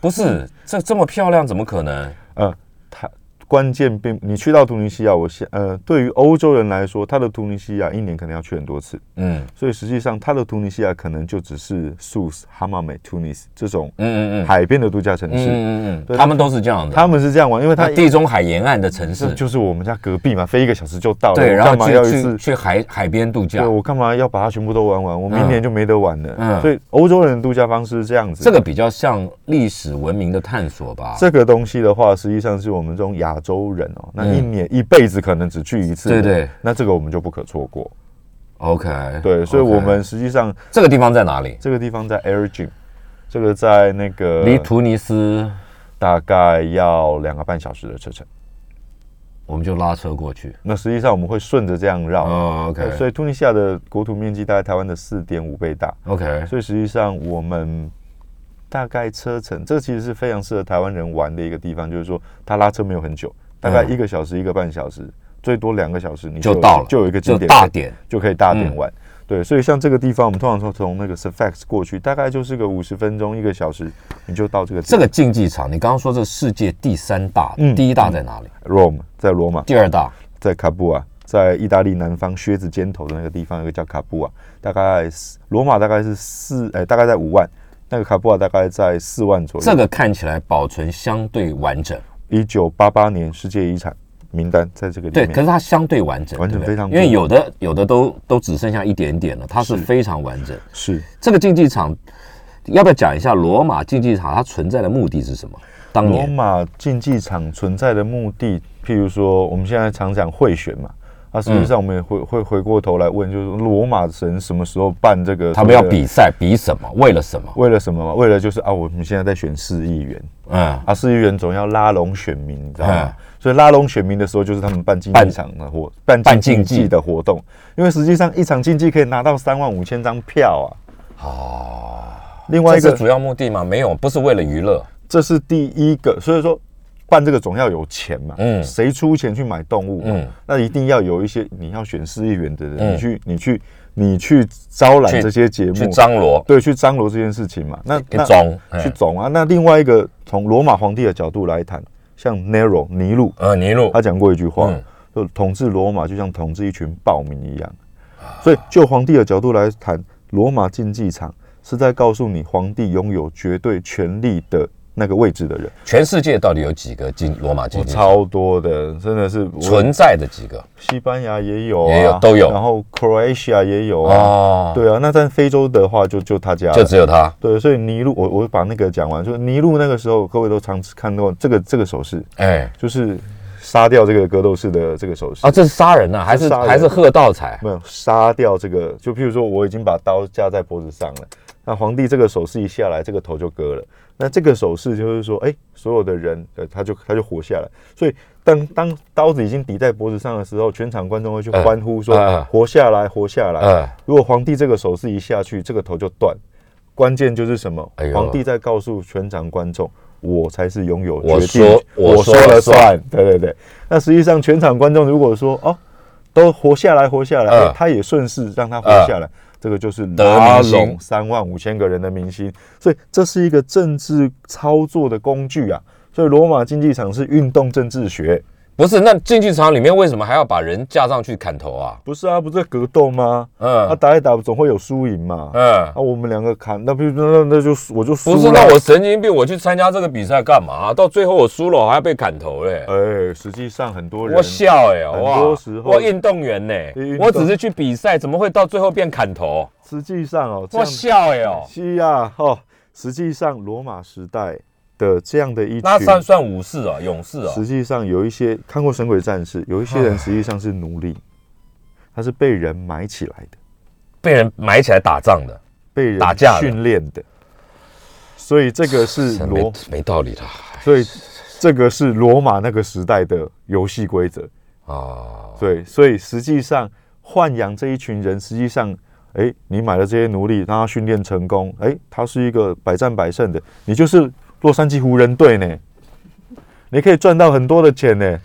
S2: 不是，
S3: 嗯
S2: 这这么漂亮，怎么可能？
S3: 呃，它关键并你去到突尼西亚，我想呃，对于欧洲人来说，他的突尼西亚一年可能要去很多次，
S2: 嗯
S3: 所以实际上他的突尼西亚可能就只是苏斯、哈马美、突尼斯这种
S2: 嗯嗯嗯
S3: 海边的度假城
S2: 嗯
S3: 市。
S2: 嗯嗯嗯，
S3: 对
S2: 他们都是这样的。
S3: 他们是这样玩，因为他
S2: 那地中海沿岸的城
S3: 这
S2: 市，
S3: 就是我们家隔壁嘛，飞一个小时就到了，
S2: 对，
S3: 我
S2: 然
S3: 干
S2: 后
S3: 嘛要一
S2: 去去
S3: 次
S2: 去海海边度假
S3: 对，我干嘛要把它全部都玩完？我明年就没得玩了。
S2: 啊嗯
S3: 所以欧洲人的度假方式是这样子。
S2: 这个比较像历史文明的探索吧。
S3: 这个东西的话，实际上是我们这种亚洲人哦，那
S2: 嗯
S3: 一年一辈子可能只去一次。
S2: 对对。
S3: 那这个我们就不可错过。
S2: OK，
S3: 对，所以
S2: OK
S3: 我们实际上
S2: 这个地方在哪里？
S3: 这个地方在 Air Gym，这个在那个
S2: 离突尼斯，
S3: 大概要两个半小时的车程。
S2: 我们就拉车过去。
S3: 那实际上我们会顺着这样绕。
S2: 哦
S3: 对所
S2: ，OK，OK，
S3: 以突尼西亚的国土面积大概台湾的四点五倍大。所以实际上我们大概车程，这其实是非常适合台湾人玩的一个地方，就是说他拉车没有很久，大概一个小时、一个半小时，最多两个小时你
S2: 嗯就
S3: 有
S2: 到了，
S3: 就有一个景
S2: 就
S3: 点
S2: 大点。
S3: 就可以大点玩。
S2: 嗯
S3: 对，所以像这个地方，我们通常说从那个 Sfax 过去，大概就是个五十分钟、一个小时，你就到这个地
S2: 这个竞技场，你刚刚说这世界第三大，
S3: 嗯
S2: 第一大在哪里？
S3: Rome，在罗马，
S2: 第二大
S3: 在卡布瓦，在意大利南方靴子尖头的那个地方，有个叫卡布瓦，大概是罗马大概是四，哎，大概在五万，那个卡布瓦啊大概在四万左右。
S2: 这个看起来保存相对完整，
S3: 一九八八年世界遗产名单在这个里
S2: 对，可
S3: 面。
S2: 是它相对完整，
S3: 完整
S2: 对不对
S3: 非常
S2: 因为
S3: 多
S2: 有的有的都都只剩下一点点了，它是非常完整。
S3: 是
S2: 这个竞技场要不要讲一下罗马竞技场它存在的目的是什么？当
S3: 罗
S2: 年
S3: 马竞技场存在的目的，譬如说我们现在常讲贿选嘛，
S2: 嗯
S3: 啊，实际上我们也会会回过头来问，就是罗马神什么时候办这个？
S2: 他们要比，赛，比什么？为了什么？
S3: 为了什么嘛？为了就是啊，我们现在在选市议员
S2: 嗯，
S3: 啊，市议员总要拉拢选民，你知道吗
S2: 嗯？
S3: 所以拉拢选民的时候，就是他们办竞技场的活办
S2: 办竞
S3: 竞
S2: 技
S3: 技的活动，因为实际上一场竞技可以拿到三万五千张票啊。哦，另
S2: 这
S3: 外一个
S2: 是主要目的吗？没有，不是为了娱乐。
S3: 这是第一个，所以说办这个总要有钱嘛，
S2: 嗯
S3: 嗯，谁出钱去买动物，
S2: 嗯
S3: 嗯，那一定要有一些你要选市议员的人，
S2: 嗯
S3: 你去你去你去招
S2: 去
S3: 揽这些节目，
S2: 去张罗
S3: 对，去张罗这件事情嘛，那
S2: 去
S3: 那
S2: 总嗯
S3: 去总啊，那另外一个从罗马皇帝的角度来谈，像 Nero 尼禄，
S2: 呃，尼禄
S3: 他讲过一句话
S2: 嗯，
S3: 就统治罗马就像统治一群暴民一样。
S2: 啊
S3: 所以，就皇帝的角度来谈，罗马竞技场是在告诉你，皇帝拥有绝对权力的那个位置的人，
S2: 全世界到底有几个竞罗马竞技场？
S3: 超多的，真的是我
S2: 存在的几个
S3: 西班牙也有、啊，
S2: 也有都有
S3: 然后 Croatia 也有啊，
S2: 哦，
S3: 对啊。啊那在非洲的话就，就他家了
S2: 就只有他。
S3: 对，所以尼禄，我我把那个讲完，就是尼禄那个时候，各位都常看到这个这个手势，
S2: 哎，
S3: 就是杀掉这个格斗士的这个手势
S2: 啊，这是杀人啊，还是
S3: 杀人
S2: 还是贺道彩？
S3: 没有杀掉这个，就譬如说，我已经把刀架在脖子上了，那皇帝这个手势一下来，这个头就割了。那这个手势就是说，哎、所有的人，呃，他就他就活下来。所以当当刀子已经抵在脖子上的时候，全场观众会去欢呼说、
S2: 嗯嗯
S3: 活下来，活下来。
S2: 嗯
S3: 如果皇帝这个手势一下去，这个头就断。关键就是什么？
S2: 哎呦
S3: 皇帝在告诉全场观众。我才是拥有
S2: 我
S3: 决定
S2: 说我
S3: 我
S2: 说
S3: 说
S2: 了
S3: 了
S2: 算
S3: 算，对对对。那实际上全场观众如果说哦，都活下来，活下来，
S2: 嗯
S3: 哎他也顺势让他活下来。这个就是
S2: 得
S3: 拉
S2: 明星
S3: 拢三万五千个人的明星，所以这是一个政治操作的工具啊。所以罗马竞技场是运动政治学，
S2: 不是，那竞技场里面为什么还要把人架上去砍头啊？
S3: 不是啊？不是格斗吗？啊，
S2: 嗯
S3: 打一打总会有输赢嘛。
S2: 嗯
S3: 啊，，我们两个砍，那不那那那就我就输
S2: 不是，
S3: 了
S2: 那我神经病，我去参加这个比赛干嘛？到最后我输了，我还要被砍头嘞！
S3: 哎，实际上很多人
S2: 我笑哎、
S3: 很
S2: 哇
S3: 多时候
S2: 我运动员呢、
S3: 运动
S2: 我只是去比赛，怎么会到最后变砍头？
S3: 实际上哦，这
S2: 我
S3: 样
S2: 笑哎、哦，
S3: 是啊，哦，实际上罗马时代的这样的一群
S2: 那算算武士哦，勇士哦
S3: 实，际上有一些看过《神鬼战士》，有一些
S2: 啊
S3: 人实际上是奴隶，他是被人买起来的，
S2: 被人埋起来打仗的，
S3: 被人
S2: 打架的
S3: 训练的。所以这个是
S2: 没
S3: 罗，
S2: 没道理啦哎
S3: 所以这个是罗马那个时代的游戏规则。
S2: 啊！
S3: 对，所以实际上豢养这一群人，实际上诶，你买了这些奴隶，让他训练成功，诶，他是一个百战百胜的，你就是洛杉矶湖人队呢，你可以赚到很多的钱呢。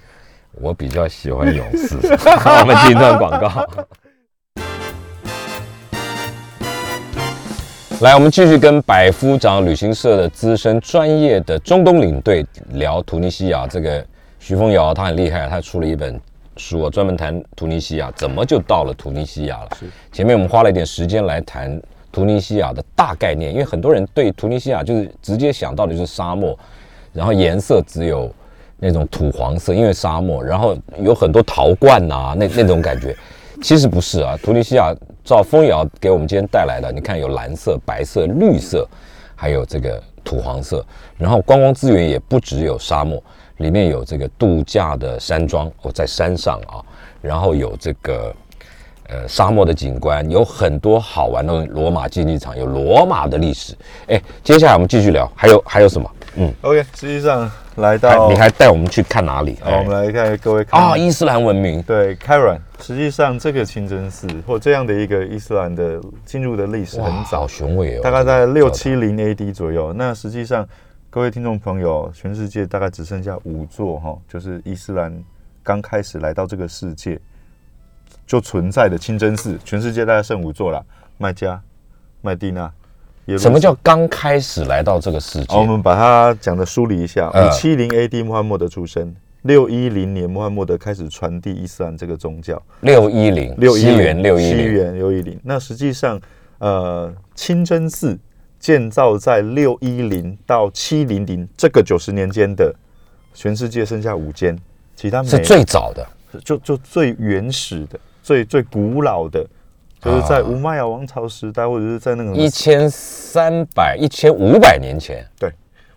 S2: 我比较喜欢勇士。 好我们进一段广告。 来，我们继续跟百夫长旅行社的资深专业的中东领队聊突尼西亚。这个徐峰瑶他很厉害，他出了一本书啊，专门谈突尼西亚，怎么就到了突尼西亚了？前面我们花了一点时间来谈突尼西亚的大概念，因为很多人对突尼西亚就是直接想到的就是沙漠，然后颜色只有那种土黄色，因为沙漠，然后有很多陶罐呐、那那种感觉。其实不是啊，突尼西亚照风瑶给我们今天带来的，你看有蓝色、白色、绿色，还有这个土黄色。然后观光资源也不只有沙漠，里面有这个度假的山庄哦，在山上啊，然后有这个呃沙漠的景观，有很多好玩的东西罗马竞技场，有罗马的历史。哎，接下来我们继续聊，还有还有什么？嗯，
S3: OK，实际上来
S2: 还
S3: 到
S2: 哎你还带我们去看哪里？
S3: 好，我们来看各位看
S2: 啊、伊斯兰文明。
S3: 对开软，实际上这个清真寺或这样的一个伊斯兰的进入的历史
S2: 哇，
S3: 很早
S2: 好，雄伟哦！
S3: 大概在六七零 AD 左右。那实际上，各位听众朋友，全世界大概只剩下五座哈，就是伊斯兰刚开始来到这个世界就存在的清真寺，全世界大概剩五座啦，麦加、麦地那。耶路撒
S2: 什么叫刚开始来到这个世界？
S3: 好，我们把它讲的梳理一下。
S2: 嗯
S3: 五七零 AD 穆罕默德出生，六一零年穆罕默德开始传递伊斯兰这个宗教。
S2: 六一零，
S3: 六一
S2: 西元六一
S3: 西
S2: 零，
S3: 元六一零。那实际上，呃，清真寺建造在六一零到七零零这个九十年间的，全世界剩下五间，其他没
S2: 是
S3: 有
S2: 最早的。
S3: 就就最原始的、最最古老的，就是在
S2: 啊
S3: 乌玛雅王朝时代，或者是在那个什么
S2: 一千三百、一千五百年前，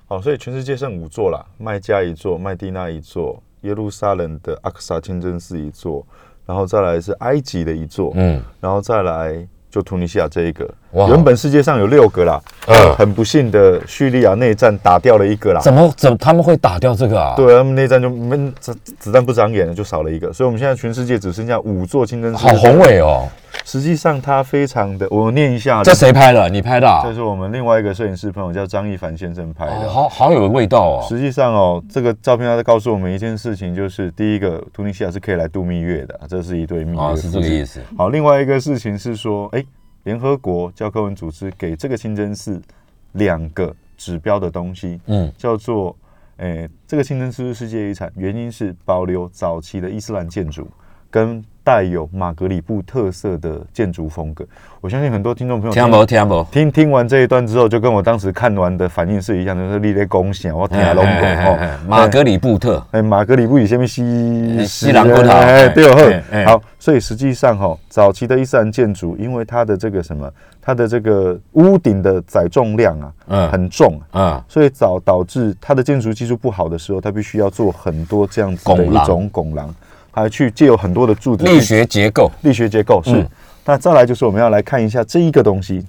S3: 好，所以全世界剩五座啦，麦加一座，麦地那一座，耶路撒冷的阿克萨清真寺一座，然后再来是埃及的一座，
S2: 嗯，
S3: 然后再来就突尼西亚这一个。
S2: 哇
S3: 原本世界上有六个啦，
S2: 嗯
S3: 很不幸的叙利亚内战打掉了一个啦。
S2: 啊怎么怎么他们会打掉这个啊？，
S3: 对，他们内战就没子子弹不长眼了，就少了一个，所以我们现在全世界只剩下五座清真寺。
S2: 好宏伟哦！
S3: 实际上它非常的，我念一下，
S2: 这谁拍的？你拍的啊
S3: 这？是我们另外一个摄影师朋友叫张一凡先生拍的
S2: 哦。好好有味道哦！
S3: 实际上哦，这个照片它在告诉我们一件事情，就是第一个，突尼西亚是可以来度蜜月的，这是一对蜜月、
S2: 啊，是这个意。思。
S3: 好，另外一个事情是说，哎、联合国教科文组织给这个清真寺两个指标的东西，
S2: 嗯，
S3: 叫做，诶、这个清真寺是世界遗产，原因是保留早期的伊斯兰建筑跟。带有马格里布特色的建筑风格，我相信很多听众朋友
S2: 听不听不？
S3: 听听完这一段之后，就跟我当时看完的反应是一样的，就是你在恭喜我听龙
S2: 哎哎
S3: 滚
S2: 哎哎
S3: 哦
S2: 哎，马格里布特，
S3: 哎，马格里布以前面西
S2: 西兰葡萄
S3: 哎，对
S2: 哎
S3: 哦，
S2: 哎
S3: 嘿好，所以实际上哈，早期的伊斯兰建筑，因为它的这个什么，它的这个屋顶的载重量啊，
S2: 嗯
S3: 很重，
S2: 嗯，
S3: 所以早导致它的建筑技术不好的时候，它必须要做很多这样子的
S2: 拱
S3: 一
S2: 廊
S3: 种拱廊，还去借有很多的柱子
S2: 力
S3: 去
S2: 学结构，
S3: 力学结构是。
S2: 嗯
S3: 那再来就是我们要来看一下这一个东西，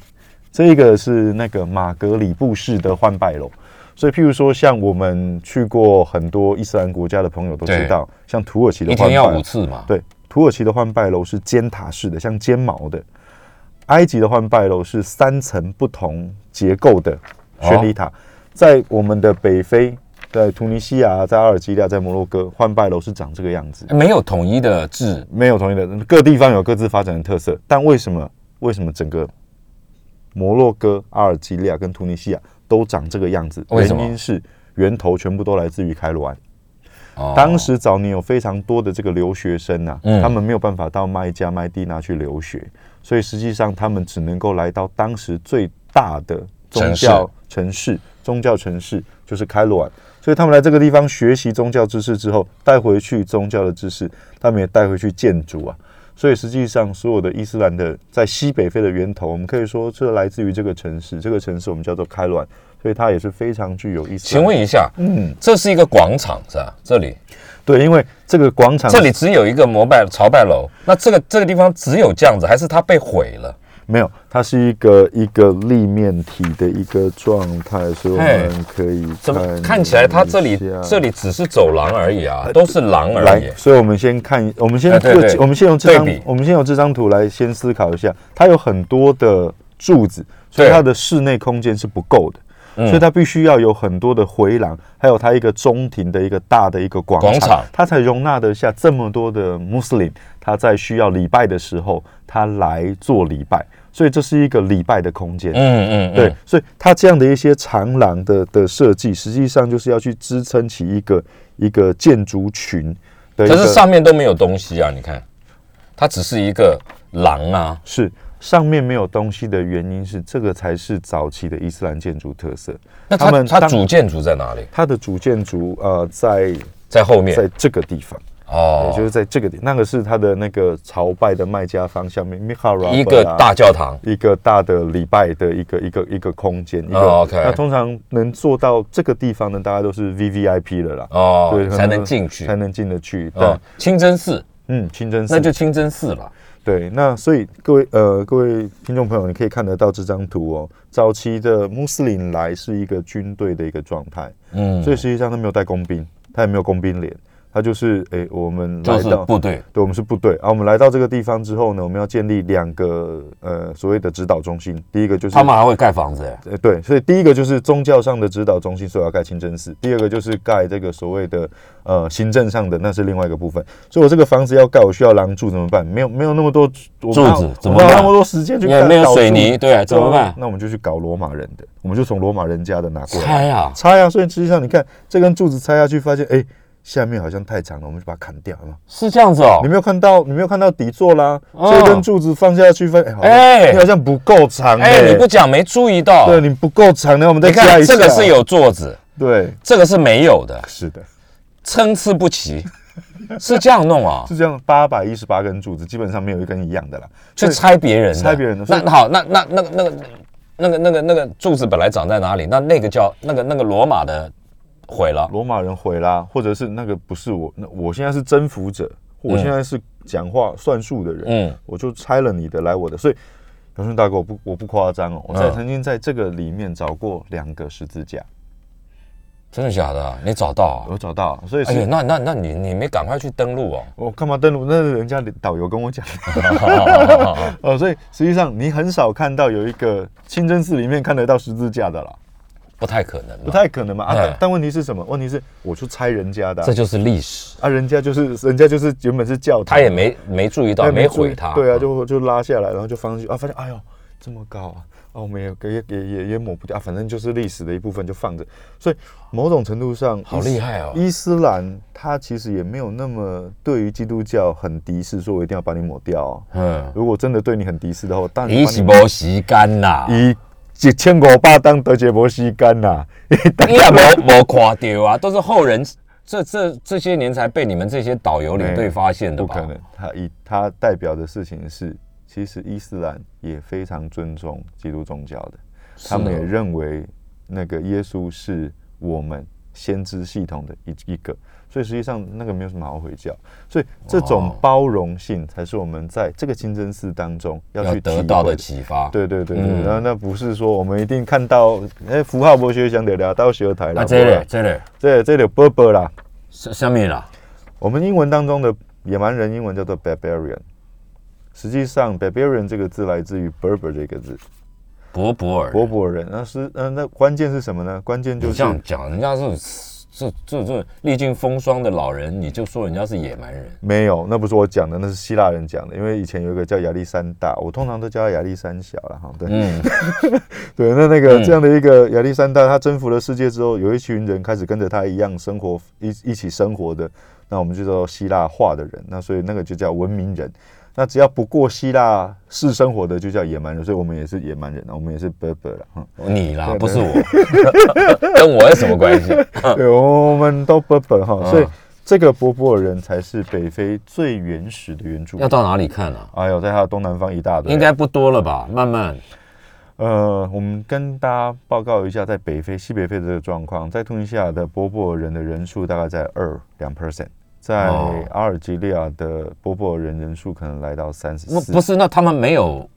S3: 这一个是那个马格里布式的换拜楼。所以，譬如说，像我们去过很多伊斯兰国家的朋友都知道，像土耳其的
S2: 一
S3: 换
S2: 天
S3: 拜
S2: 要
S3: 楼
S2: 五，次嘛？
S3: 对，土耳其的换拜楼是尖塔式的，像尖毛的；埃及的换拜楼是三层不同结构的
S2: 哦
S3: 宣礼塔。在我们的北非，在突尼西亚、在阿尔及利亚、在摩洛哥，换拜楼是长这个样子。
S2: 没有统一的制，
S3: 没有同一的，各地方有各自发展的特色。但为什么为什么整个摩洛哥、阿尔及利亚跟突尼西亚都长这个样子？
S2: 为
S3: 原
S2: 什么
S3: 因是源头全部都来自于开罗湾。
S2: 哦
S3: 当时早年有非常多的这个留学生呐、
S2: 嗯
S3: 他们没有办法到麦加、麦地那去留学，所以实际上他们只能够来到当时最大的宗教城市、宗教城市就是开罗尔。所以他们来这个地方学习宗教知识之后，带回去宗教的知识，他们也带回去建筑啊。所以实际上，所有的伊斯兰的在西北非的源头，我们可以说这来自于这个城市，这个城市我们叫做开罗尔，所以它也是非常具有伊斯兰。
S2: 请问，一下，
S3: 嗯，
S2: 这是一个广场是吧？这里
S3: 对，因为这个广场
S2: 这里只有一个膜拜朝拜楼，那这个这个地方只有这样子，还是它被毁了？
S3: 没有，它是一个一个立面体的一个状态，所以我
S2: 嘿
S3: 们可以
S2: 怎么
S3: 看
S2: 看起来它这里
S3: 呃一下啊呃
S2: 这里只是走廊而已啊，都是廊而
S3: 来
S2: 已，。
S3: 所以我们先看，我 们先
S2: 哎对
S3: 就
S2: 对
S3: 我们先用这张
S2: 对比，
S3: 我们先用这张图来先思考一下，它有很多的柱子，所以
S2: 对
S3: 它的室内空间是不够的。
S2: 嗯
S3: 所以它必须要有很多的回廊，还有它一个中庭的一个大的一个广
S2: 广场
S3: 它才容纳得下这么多的穆斯林，他在需要礼拜的时候，他来做礼拜，所以这是一个礼拜的空间。
S2: 嗯嗯，嗯
S3: 对，，所以它这样的一些长廊的的设计，实际上就是要去支撑起一个一个建筑群的一
S2: 可
S3: 个。
S2: 是上面都没有东西啊，你看，它只是一个廊啊，
S3: 是上面没有东西的原因是，这个才是早期的伊斯兰建筑特色。
S2: 那
S3: 他
S2: 它
S3: 们
S2: 它
S3: 当
S2: 主建筑在哪里？
S3: 它的主建筑呃，在
S2: 在后面
S3: 在这个地方，也就
S2: 哦，
S3: 是在这个地，那个是它的那个朝拜的麦加方向面，米哈拉
S2: 一个大教堂，
S3: 一个大的礼拜的一个一个一个空间。一个
S2: 哦，OK
S3: 那通常能做到这个地方的，大概都是 V V I P 了啦。
S2: 哦
S3: 对，，
S2: 才能进去
S3: 才。能进得去。对，
S2: 哦，清真寺，
S3: 嗯，清真寺
S2: 那就清真寺了。
S3: 对。那所以各位呃各位听众朋友，你可以看得到这张图哦。早期的穆斯林来是一个军队的一个状态，
S2: 嗯，
S3: 所以实际上他没有带工兵，他也没有工兵连，他就是诶、我们
S2: 就
S3: 来
S2: 是
S3: 到。
S2: 部队。
S3: 对，我们是部队啊。我们来到这个地方之后呢，我们要建立两个呃所谓的指导中心。第一个就是
S2: 他们还会盖房子欸耶，
S3: 呃，对，所以第一个就是宗教上的指导中心，所以要盖清真寺；第二个就是盖这个所谓的呃行政上的，那是另外一个部分。所以我这个房子要盖，我需要廊柱怎么办？没有没有那么多柱
S2: 柱子怎么
S3: 没有那
S2: 办
S3: 么多时间去
S2: 也
S3: 盖
S2: 没有
S3: 搞
S2: 水
S3: 柱
S2: 泥，对啊，
S3: 对
S2: 怎么办？
S3: 那我们就去搞罗马人的，我们就从罗马人家的拿过来
S2: 拆啊！
S3: 拆啊。所以实际上你看这根柱子拆下去，发现哎。下面好像太长了，我们就把它砍掉，有没有
S2: 是这样子哦
S3: 你。没有看到，你没有看到底座啦，
S2: 哦
S3: 这根柱子放下去，发现哎好像，
S2: 哎
S3: 你好像不够长
S2: 哎，
S3: 欸
S2: 你不讲没注意到。
S3: 对，你不够长，那我们再
S2: 哦你
S3: 加
S2: 看
S3: 一下。啊
S2: 这个是有座子，
S3: 对，
S2: 这个是没有的，
S3: 是的，
S2: 参差不 齐，是这样弄啊，
S3: 是这样，八百一十八根柱子，基本上没有一根一样的啦。
S2: 去
S3: 所以
S2: 拆别人的，
S3: 拆别人的所以
S2: 那好，那那那个那个那个那个那个柱子本来长在哪里？那那个叫那个那个罗马的毁了，
S3: 罗马人回啦，或者是那个不是我，那我现在是征服者，我现在是讲话算数的人，
S2: 嗯
S3: 我就拆了你的来我的，所以。杨顺大哥，我不我不夸张哦，我在
S2: 嗯
S3: 曾经在这个里面找过两个十字架，
S2: 真的假的啊？你找到啊？
S3: 我找到，所以
S2: 哎
S3: 是
S2: 呦，那那那你你没赶快去登 录哦？
S3: 我干嘛登录？那是人家导游跟我讲的，
S2: 啊
S3: 呃，所以实际上你很少看到有一个清真寺里面看得到十字架的啦，
S2: 不太可能
S3: 不
S2: 吧，
S3: 太可能嘛。啊，
S2: 哎
S3: 但但问题是什么？问题是我去拆人家的啊、
S2: 这就是历史，
S3: 啊，人家就是人家就是原本是教堂，
S2: 他也没没注意
S3: 他
S2: 到，
S3: 也
S2: 没
S3: 注意
S2: 毁他，嗯
S3: 对啊，就就拉下来，然后就放上去啊，发现哎呦这么高啊，哦没有也也也也抹不掉、啊，反正就是历史的一部分就放着，所以某种程度上
S2: 好厉害哦
S3: 伊斯兰它其实也没有那么对于基督教很敌视，说我一定要把你抹掉、哦。
S2: 嗯，
S3: 如果真的对你很敌视的话，当然
S2: 你是没时间呐，
S3: 一一千五百当德杰摩西干呐，
S2: 你也没没垮掉啊，都是后人这这这些年才被你们这些导游领队发现的
S3: 哎不
S2: 吧？
S3: 可能。它一它代表的事情是，其实伊斯兰也非常尊重基督宗教的，
S2: 啊
S3: 他们也认为那个耶稣是我们先知系统的一一个，所以实际上那个没有什么好回教，所以这种包容性才是我们在这个清真寺当中要
S2: 要
S3: 去
S2: 得
S3: 体
S2: 到
S3: 会
S2: 的启发。
S3: 对对对对，
S2: 嗯
S3: 那、那不是说我们一定看到，哎、符号博学想聊聊到学台
S2: 那
S3: 啦，
S2: 啊这里这里
S3: 啊这这里 Berber 啦，
S2: 是下面啦，
S3: 我们英文当中的野蛮人英文叫做 barbarian，实际上 barbarian 这个字来自于 Berber 这个字，
S2: 博博尔。
S3: 波伯人。那是嗯、那关键是什么呢？关键就
S2: 你
S3: 是
S2: 这样讲，人家是这这这历经风霜的老人，你就说人家是野蛮人，
S3: 没有，那不是我讲的，那是希腊人讲的。因为以前有一个叫亚历山大，我通常都叫他亚历山小了哈。对、
S2: 嗯，
S3: 对，那那个
S2: 嗯
S3: 这样的一个亚历山大，他征服了世界之后，有一群人开始跟着他一样生活，一一起生活的，那我们就叫做希腊化的人。那所以那个就叫文明人。那只要不过希腊式生活的，就叫野蛮人。所以我们也是野蛮人啊，我们也是 Berber 了哈。
S2: 你啦，不是我，跟我有什么关 系？
S3: 对，我们都 Berber 哈。
S2: 嗯
S3: 所以这个波波尔人才是北非最原始的原住
S2: 要
S3: 民。
S2: 到哪里看啊？
S3: 哎呦，在他的东南方一大堆啊。
S2: 应该不多了吧，慢慢。
S3: 呃，我们跟大家报告一下，在北非、西北非的这个状况，在突尼西亚的波波尔人的人数大概在二两 percent，在
S2: 哦
S3: 阿尔及利亚的波波尔人人数可能来到三十
S2: 哦不
S3: 四，
S2: 不是，那他们没有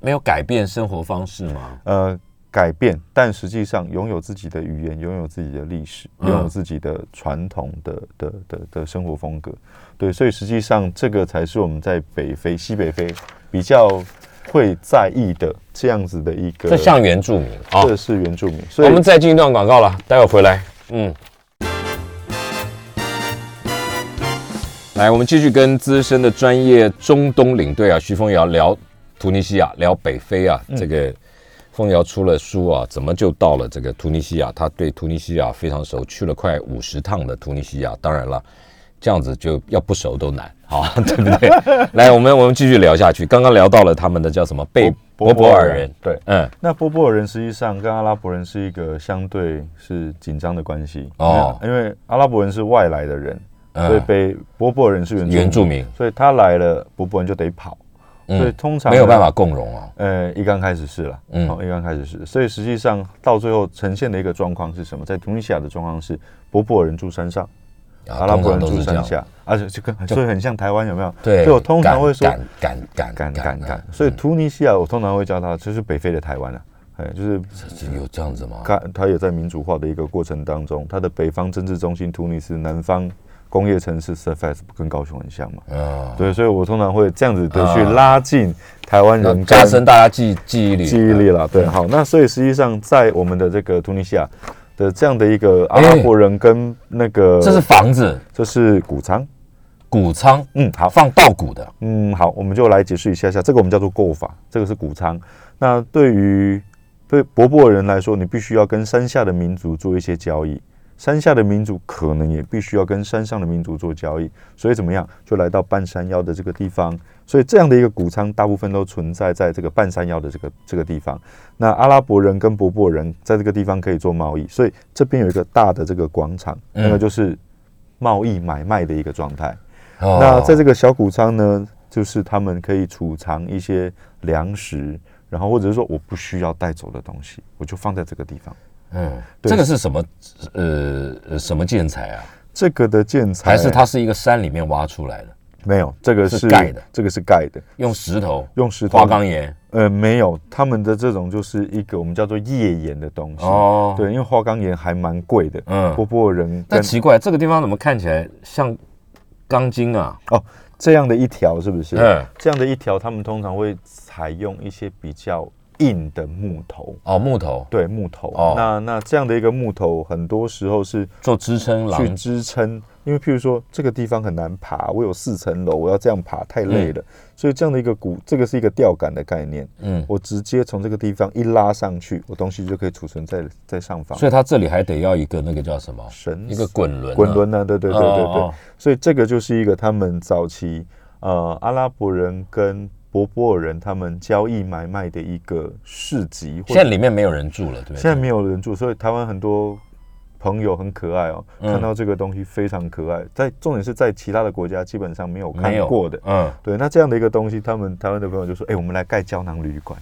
S2: 没有改变生活方式吗？
S3: 呃改变，但实际上拥有自己的语言，拥有自己的历史，
S2: 嗯
S3: 拥有自己的传统的的的的生活风格。对，所以实际上这个才是我们在北非、西北非比较会在意的这样子的一个。
S2: 这像原住民啊、
S3: 这是原住民，所
S2: 我
S3: 以
S2: 们再进一段广告了，待会儿回来。嗯，来，我们继续跟资深的专业中东领队啊徐峰瑶聊突尼西亚，聊北非啊。这个凤瑶出了书啊，怎么就到了这个突尼西亚？他对突尼西亚非常熟，去了快五十趟的突尼西亚。当然了。这样子就要不熟都难， 好，对不 对？来，我们我们继续聊下去。刚刚聊到了他们的叫什么贝
S3: 伯
S2: 伯
S3: 伯
S2: 伯
S3: 尔
S2: 尔
S3: 人
S2: 人，
S3: 对
S2: 嗯，
S3: 那波波尔人实际上跟阿拉伯人是一个相对是紧张的关系
S2: 哦
S3: 因为因为阿拉伯人是外来的人，
S2: 嗯
S3: 所以被波波尔人是原
S2: 原住民，
S3: 所以他来了，波波人就得跑，
S2: 嗯
S3: 所以通常
S2: 没有办法。共融哦。
S3: 呃，一刚开始是了，
S2: 嗯
S3: 嗯，哦，一刚开始是，所以实际上到最后呈现的一个状况是什么？在突尼西亚的状况是，波波尔人住山上，
S2: 啊
S3: 阿拉伯
S2: 通常
S3: 人
S2: 都
S3: 住
S2: 是这
S3: 山
S2: 样。
S3: 下，而且就跟所以很像台湾有没有？
S2: 对，
S3: 所以我通常会说
S2: 赶赶赶
S3: 赶赶赶，
S2: 啊
S3: 所以突尼西亚我通常会叫它就是北非的台湾啊，哎，就是
S2: 这有这样子吗？
S3: 它它也在民主化的一个过程当中，它的北方政治中心突尼斯，南方工业城市 Surface 跟高雄很像嘛？
S2: 嗯，
S3: 对，所以我通常会这样子的去
S2: 啊
S3: 拉近台湾
S2: 那
S3: 人
S2: 加
S3: 跟
S2: 深大家记记忆力。啊
S3: 记忆力了。对，好，那所以实际上在我们的这个突尼西亚的这样的一个阿
S2: 哎
S3: 拉伯人跟那个，
S2: 这是房子，
S3: 这是谷仓，
S2: 谷仓，
S3: 嗯，好。
S2: 放稻谷的，
S3: 嗯，好，我们就来解释一下下，这个我们叫做购法，这个是谷仓。那对于对博博人来说，你必须要跟山下的民族做一些交易，山下的民族可能也必须要跟山上的民族做交易，所以怎么样，就来到半山腰的这个地方。所以这样的一个谷仓，大部分都存在在这个半山腰的这个这个地方。那阿拉伯人跟博博人在这个地方可以做贸易，所以这边有一个大的这个广场，那个
S2: 嗯
S3: 就是贸易买卖的一个状态。
S2: 哦
S3: 那在这个小谷仓呢，就是他们可以储藏一些粮食，然后或者是说我不需要带走的东西，我就放在这个地方。
S2: 嗯，
S3: 对
S2: 这个是什么？呃，呃什么建材啊？
S3: 这个的建材
S2: 还是它是一个山里面挖出来的，
S3: 没有，这个是
S2: 是盖的，
S3: 这个是盖的，
S2: 用石头、
S3: 用石头
S2: 花岗岩
S3: 呃没有，他们的这种就是一个我们叫做页岩的东西。
S2: 哦。，
S3: 对，因为花岗岩还蛮贵的，
S2: 嗯
S3: 波波人
S2: 但
S3: 跟
S2: 奇怪，这个地方怎么看起来像钢筋啊？
S3: 哦这样的一条是不是？
S2: 嗯，
S3: 这样的一条，他们通常会采用一些比较硬的木头，
S2: 哦，木头
S3: 对木头。
S2: 哦
S3: 那那这样的一个木头，很多时候是
S2: 做支撑
S3: 去
S2: 廊，
S3: 支撑，因为譬如说这个地方很难爬，我有四层楼，我要这样爬太累了，所以这样的一个骨，这个是一个吊杆的概念，
S2: 嗯，
S3: 我直接从这个地方一拉上去，我东西就可以储存在在上方。
S2: 所以它这里还得要一个那个叫什么？
S3: 绳
S2: 一个滚轮啊，
S3: 滚轮呢？对对对对对，
S2: 哦哦
S3: 所以这个就是一个他们早期呃阿拉伯人跟博波尔人他们交易买卖的一个市集，或
S2: 现在里面没有人住了，对不对？
S3: 现在没有人住，所以台湾很多朋友很可爱哦，
S2: 嗯
S3: 看到这个东西非常可爱。在重点是在其他的国家基本上没有看
S2: 没有
S3: 过的。
S2: 嗯，
S3: 对，那这样的一个东西，他们台湾的朋友就说：“哎、我们来盖胶囊旅馆。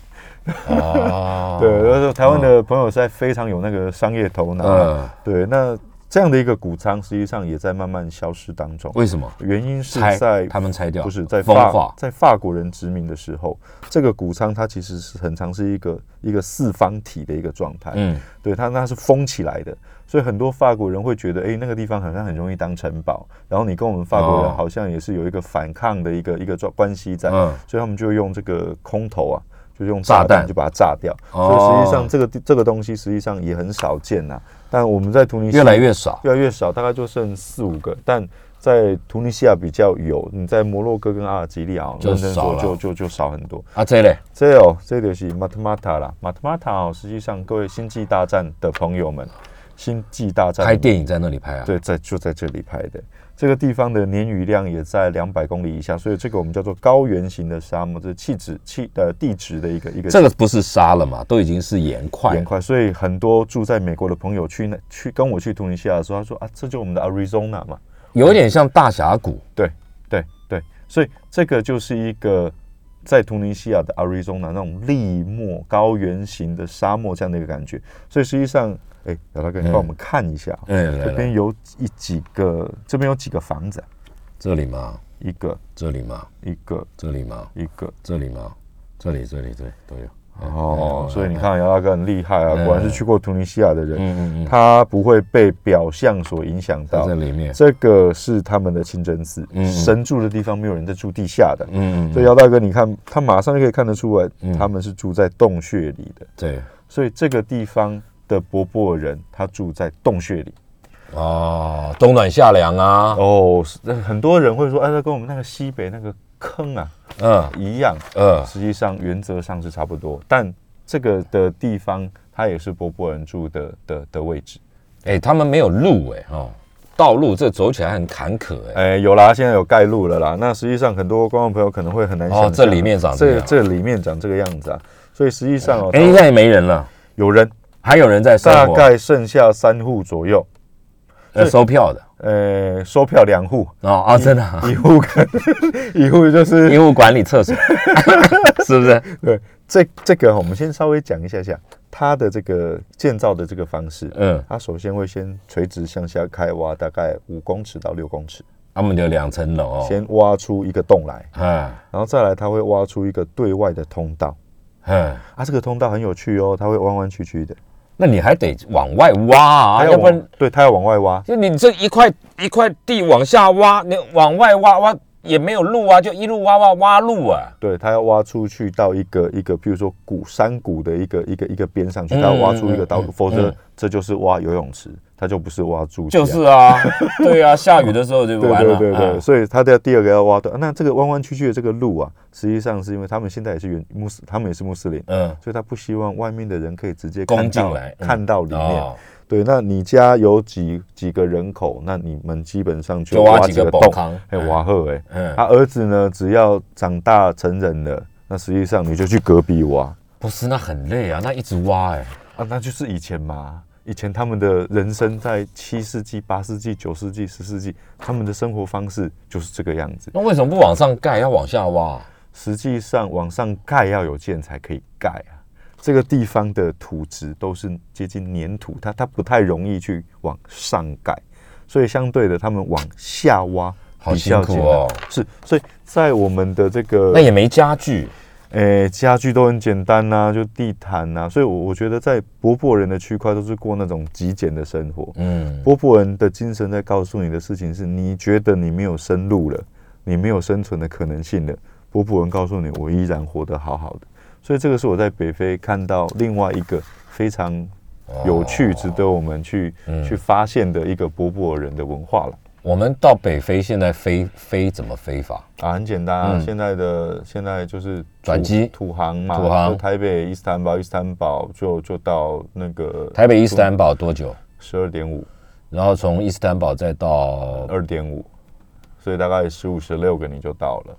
S2: 哦
S3: 对，然后说台湾的朋友实在非常有那个商业头脑。
S2: 嗯，
S3: 对，那这样的一个谷仓实际上也在慢慢消失当中。
S2: 为什么
S3: 原因是
S2: 拆
S3: 在
S2: 他们拆掉？
S3: 不是在
S2: 风
S3: 法
S2: 化，
S3: 在法国人殖民的时候，这个谷仓它其实是很常是一个一个四方体的一个状态。
S2: 嗯，
S3: 对它那是封起来的，所以很多法国人会觉得，哎、那个地方好像很容易当城堡。然后你跟我们法国
S2: 哦
S3: 人好像也是有一个反抗的一个一个状关系在，
S2: 嗯
S3: 所以他们就用这个空投啊，就用
S2: 炸
S3: 炸
S2: 弹
S3: 弹就把它炸掉。
S2: 哦
S3: 所以实际上这个地这个东西实际上也很少见呐、但我们在突尼西亚
S2: 越来越少。
S3: 越来越少，大概就剩四五个，但。在突尼西亚比较有，你在摩洛哥跟阿尔及利亚哦，
S2: 就
S3: 认真
S2: 少
S3: 说
S2: 了
S3: 就就就少很多。
S2: 啊，这嘞，
S3: 这哦，这就是马特马塔啦，马特马塔哦，实际上各位星际大战的朋友们，星际大战
S2: 拍电影在那里拍啊？，
S3: 对，在就在这里拍的。这个地方的年雨量也在两百公里以下，所以这个我们叫做高原型的沙漠，这是气质气呃地质的一个一个
S2: 这个不是沙了嘛，都已经是岩块
S3: 岩
S2: 了。
S3: 块。所以很多住在美国的朋友去那去跟我去突尼西亚的时候，他说啊，这就我们的 Arizona 嘛，
S2: 有点像大峡谷。
S3: 对对对，所以这个就是一个在突尼西亚的 Arizona 那种砾漠高原型的沙漠这样的一个感觉。所以实际上，哎，老大哥，你帮我们看一下，啊
S2: 嗯，来
S3: 这
S2: 来，
S3: 边有一几个，这边有几个房子啊，
S2: 这里吗？
S3: 一个
S2: 这里吗？
S3: 一个
S2: 这里吗？
S3: 一个，
S2: 这里吗？这里这里这里都有。
S3: 哦，所以你看，姚大哥很厉害啊，果然是去过突尼西亚的
S2: 嗯
S3: 人，
S2: 嗯嗯嗯，
S3: 他不会被表象所影响
S2: 在
S3: 到
S2: 这。里面，
S3: 这个是他们的清真寺，
S2: 嗯嗯
S3: 神住的地方没有人在住地下的，
S2: 嗯，嗯
S3: 所以姚大哥，你看他马上就可以看得出来
S2: 嗯，
S3: 他们是住在洞穴里的，
S2: 对
S3: 所以这个地方的博博人他住在洞穴里。
S2: 哦，冬暖夏凉啊，
S3: 哦，是那很多人会说，哎，那跟我们那个西北那个坑啊
S2: 嗯
S3: 一样，
S2: 嗯
S3: 实际上原则上是差不多，但这个的地方它也是博博人住的的的位置。
S2: 哎，他们没有路哎哦，道路这走起来很坎坷哎。
S3: 哎，有啦，现在有盖路了啦。那实际上很多观众朋友可能会很难想
S2: 哦，
S3: 象，啊
S2: 这里面长这
S3: 这
S2: 样，
S3: 这里面长这个样子啊，所以实际上哦，
S2: 哎，现在没人了，
S3: 有人
S2: 还有啊人在生
S3: 大
S2: 活，
S3: 概剩下三户左右，
S2: 在收票的
S3: 呃，收票两 户，
S2: 哦啊，真的啊，
S3: 一户跟一户就是
S2: 医务管理 厕所，是不是？
S3: 对这这个哦我们先稍微讲一下下它的这个建造的这个方式。
S2: 嗯，
S3: 它首先会先垂直向下开挖，大概五公尺到六公尺，
S2: 他们就两层楼哦，
S3: 先挖出一个洞来，
S2: 嗯
S3: 然后再来它会挖出一个对外的通道。
S2: 嗯，
S3: 啊，这个通道很有趣哦，它会弯弯曲曲的，
S2: 那你还得往外挖啊，
S3: 它要
S2: 要不
S3: 往
S2: 然
S3: 对它要往外挖，
S2: 就你这一块一块地往下挖，你往外挖挖也没有路啊，就一路挖挖挖路啊。
S3: 对，它要挖出去到一个一个，譬如说古山谷的一个一个一个边上去，
S2: 嗯
S3: 它要挖出一个道路，
S2: 嗯嗯
S3: 否则
S2: 嗯
S3: 这就是挖游泳池，它就不是挖住家。
S2: 就是啊， 对啊，下雨的时候就
S3: 对
S2: 完
S3: 对
S2: 了。
S3: 对对，
S2: 啊
S3: 所以它的第二个要挖的，那这个弯弯曲曲的这个路啊，实际上是因为他们现在也是原穆斯，他们也是穆斯林，
S2: 嗯，
S3: 所以他不希望外面的人可以直接
S2: 攻
S3: 看到
S2: 进来嗯
S3: 看到里面
S2: 哦。，
S3: 对，那你家有几几个人口，那你们基本上就
S2: 就挖
S3: 挖
S2: 几
S3: 几
S2: 个
S3: 个
S2: 宝
S3: 洞，
S2: 康，
S3: 哎，瓦赫哎，
S2: 嗯，
S3: 他儿子呢，只要长大成人了，那实际上你就去隔壁挖
S2: 不是那很累啊，那一直挖哎，
S3: 啊，那就是以前嘛。以前他们的人生在七世纪、八世纪、九世纪、十世纪，他们的生活方式就是这个样子。
S2: 那为什么不往上盖，要往下挖？
S3: 实际上往上盖要有建才可以盖啊。这个地方的土质都是接近粘土，它它不太容易去往上盖，所以相对的，他们往下挖
S2: 好
S3: 比较啊
S2: 辛
S3: 简
S2: 苦
S3: 单。
S2: 哦
S3: 是，所以在我们的这个
S2: 那也没家具，
S3: 诶、家具都很简单呐、就地毯啊呐、所以我我觉得在博博人的区块都是过那种极简的生活。
S2: 嗯，
S3: 博博人的精神在告诉你的事情是，你觉得你没有生路了，你没有生存的可能性了。博博人告诉你，我依然活得好好的。所以这个是我在北非看到另外一个非常有趣、值得我们去、去发现的一个博博人的文化了。
S2: 我们到北非现在飞飞怎么飞法？
S3: 啊，很简单啊，
S2: 嗯
S3: 现在的现在就是
S2: 转
S3: 土
S2: 机
S3: 土航嘛，
S2: 土航
S3: 就台北伊斯坦堡，伊斯坦堡就就到那个
S2: 台北伊斯坦堡多久？
S3: 十二点五，
S2: 然后从伊斯坦堡再到
S3: 二点五，所以大概十五十六个你就到了。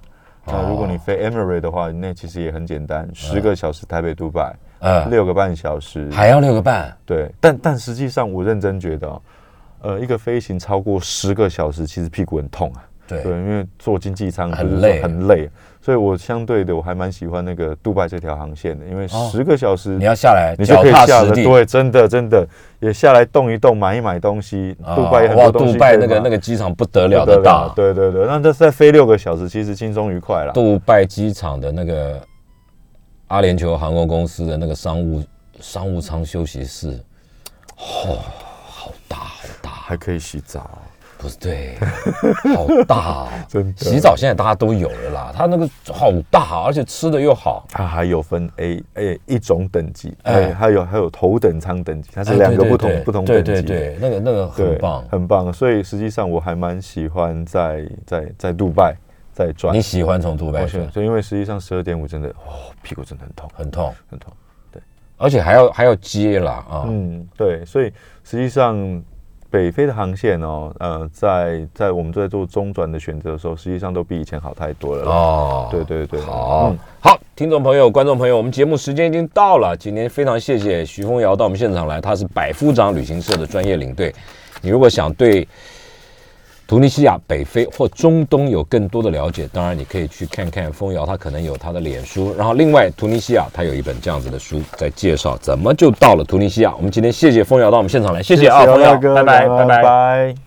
S2: 哦
S3: 那如果你飞 Emirate 的话，那其实也很简
S2: 嗯
S3: 单，十个小时台北杜拜，
S2: 呃，
S3: 六个半小时，
S2: 还要六个半，
S3: 对，但但实际上我认真觉得、哦，呃，一个飞行超过十个小时，其实屁股很痛啊。
S2: 对
S3: 对，因为坐经济舱
S2: 很
S3: 就是
S2: 累
S3: 说很累，所以我相对的我还蛮喜欢那个杜拜这条航线的，因为十个小时
S2: 哦你要下来，
S3: 你就可以
S2: 踏
S3: 下
S2: 实
S3: 了，
S2: 地。
S3: 对，真的真的也下来动一动，买一买东西。
S2: 啊
S3: 杜拜也很
S2: 哇，
S3: 多东西
S2: 杜
S3: 可以
S2: 拜那个
S3: 买
S2: 那个机场不得
S3: 不
S2: 了
S3: 得
S2: 的大，
S3: 对对对，那这再飞六个小时，其实轻松愉快啦。
S2: 杜拜机场的那个阿联酋航空公司的那个商务商务舱休息室，哦，好大好大，
S3: 还可以洗澡，
S2: 不是 对，好大、哦，
S3: 真的
S2: 洗澡现在大家都有了啦，它那个好大，而且吃的又好，
S3: 它还有分 A A 一种等级，
S2: 哎
S3: 哎，还有还有头等舱等级，它是
S2: 哎
S3: 两个
S2: 对对
S3: 不同
S2: 对
S3: 不同
S2: 对
S3: 等级
S2: 对
S3: 的。
S2: 对，那个那个
S3: 对
S2: 很棒，
S3: 很棒。所以实际上我还蛮喜欢在在在杜拜在转
S2: 你。喜欢从杜拜
S3: 我
S2: 去
S3: 选，，所以因为实际上十二点五真的，哦，屁股真的很痛，
S2: 很痛，
S3: 很痛。
S2: 而且还要还要接啦啊，
S3: 嗯，对，所以实际上北非的航线哦，呃，在在我们在做中转的选择的时候，实际上都比以前好太多了啦。
S2: 哦，
S3: 对对对，
S2: 好、
S3: 嗯
S2: 好，听众朋友、观众朋友，我们节目时间已经到了，今天非常谢谢徐峰瑶到我们现场来，他是百夫长旅行社的专业领队。你如果想对突尼西亚、北非或中东有更多的了解，当然你可以去看看风瑶，他可能有他的脸书。然后另外，突尼西亚他有一本这样子的书，在介绍怎么就到了突尼西亚。我们今天谢谢风瑶到我们现场来，谢谢啊，
S3: 姚
S2: 风瑶，
S3: 大哥
S2: 拜拜，
S3: 感
S2: 拜
S3: 恩
S2: 拜。
S3: 拜。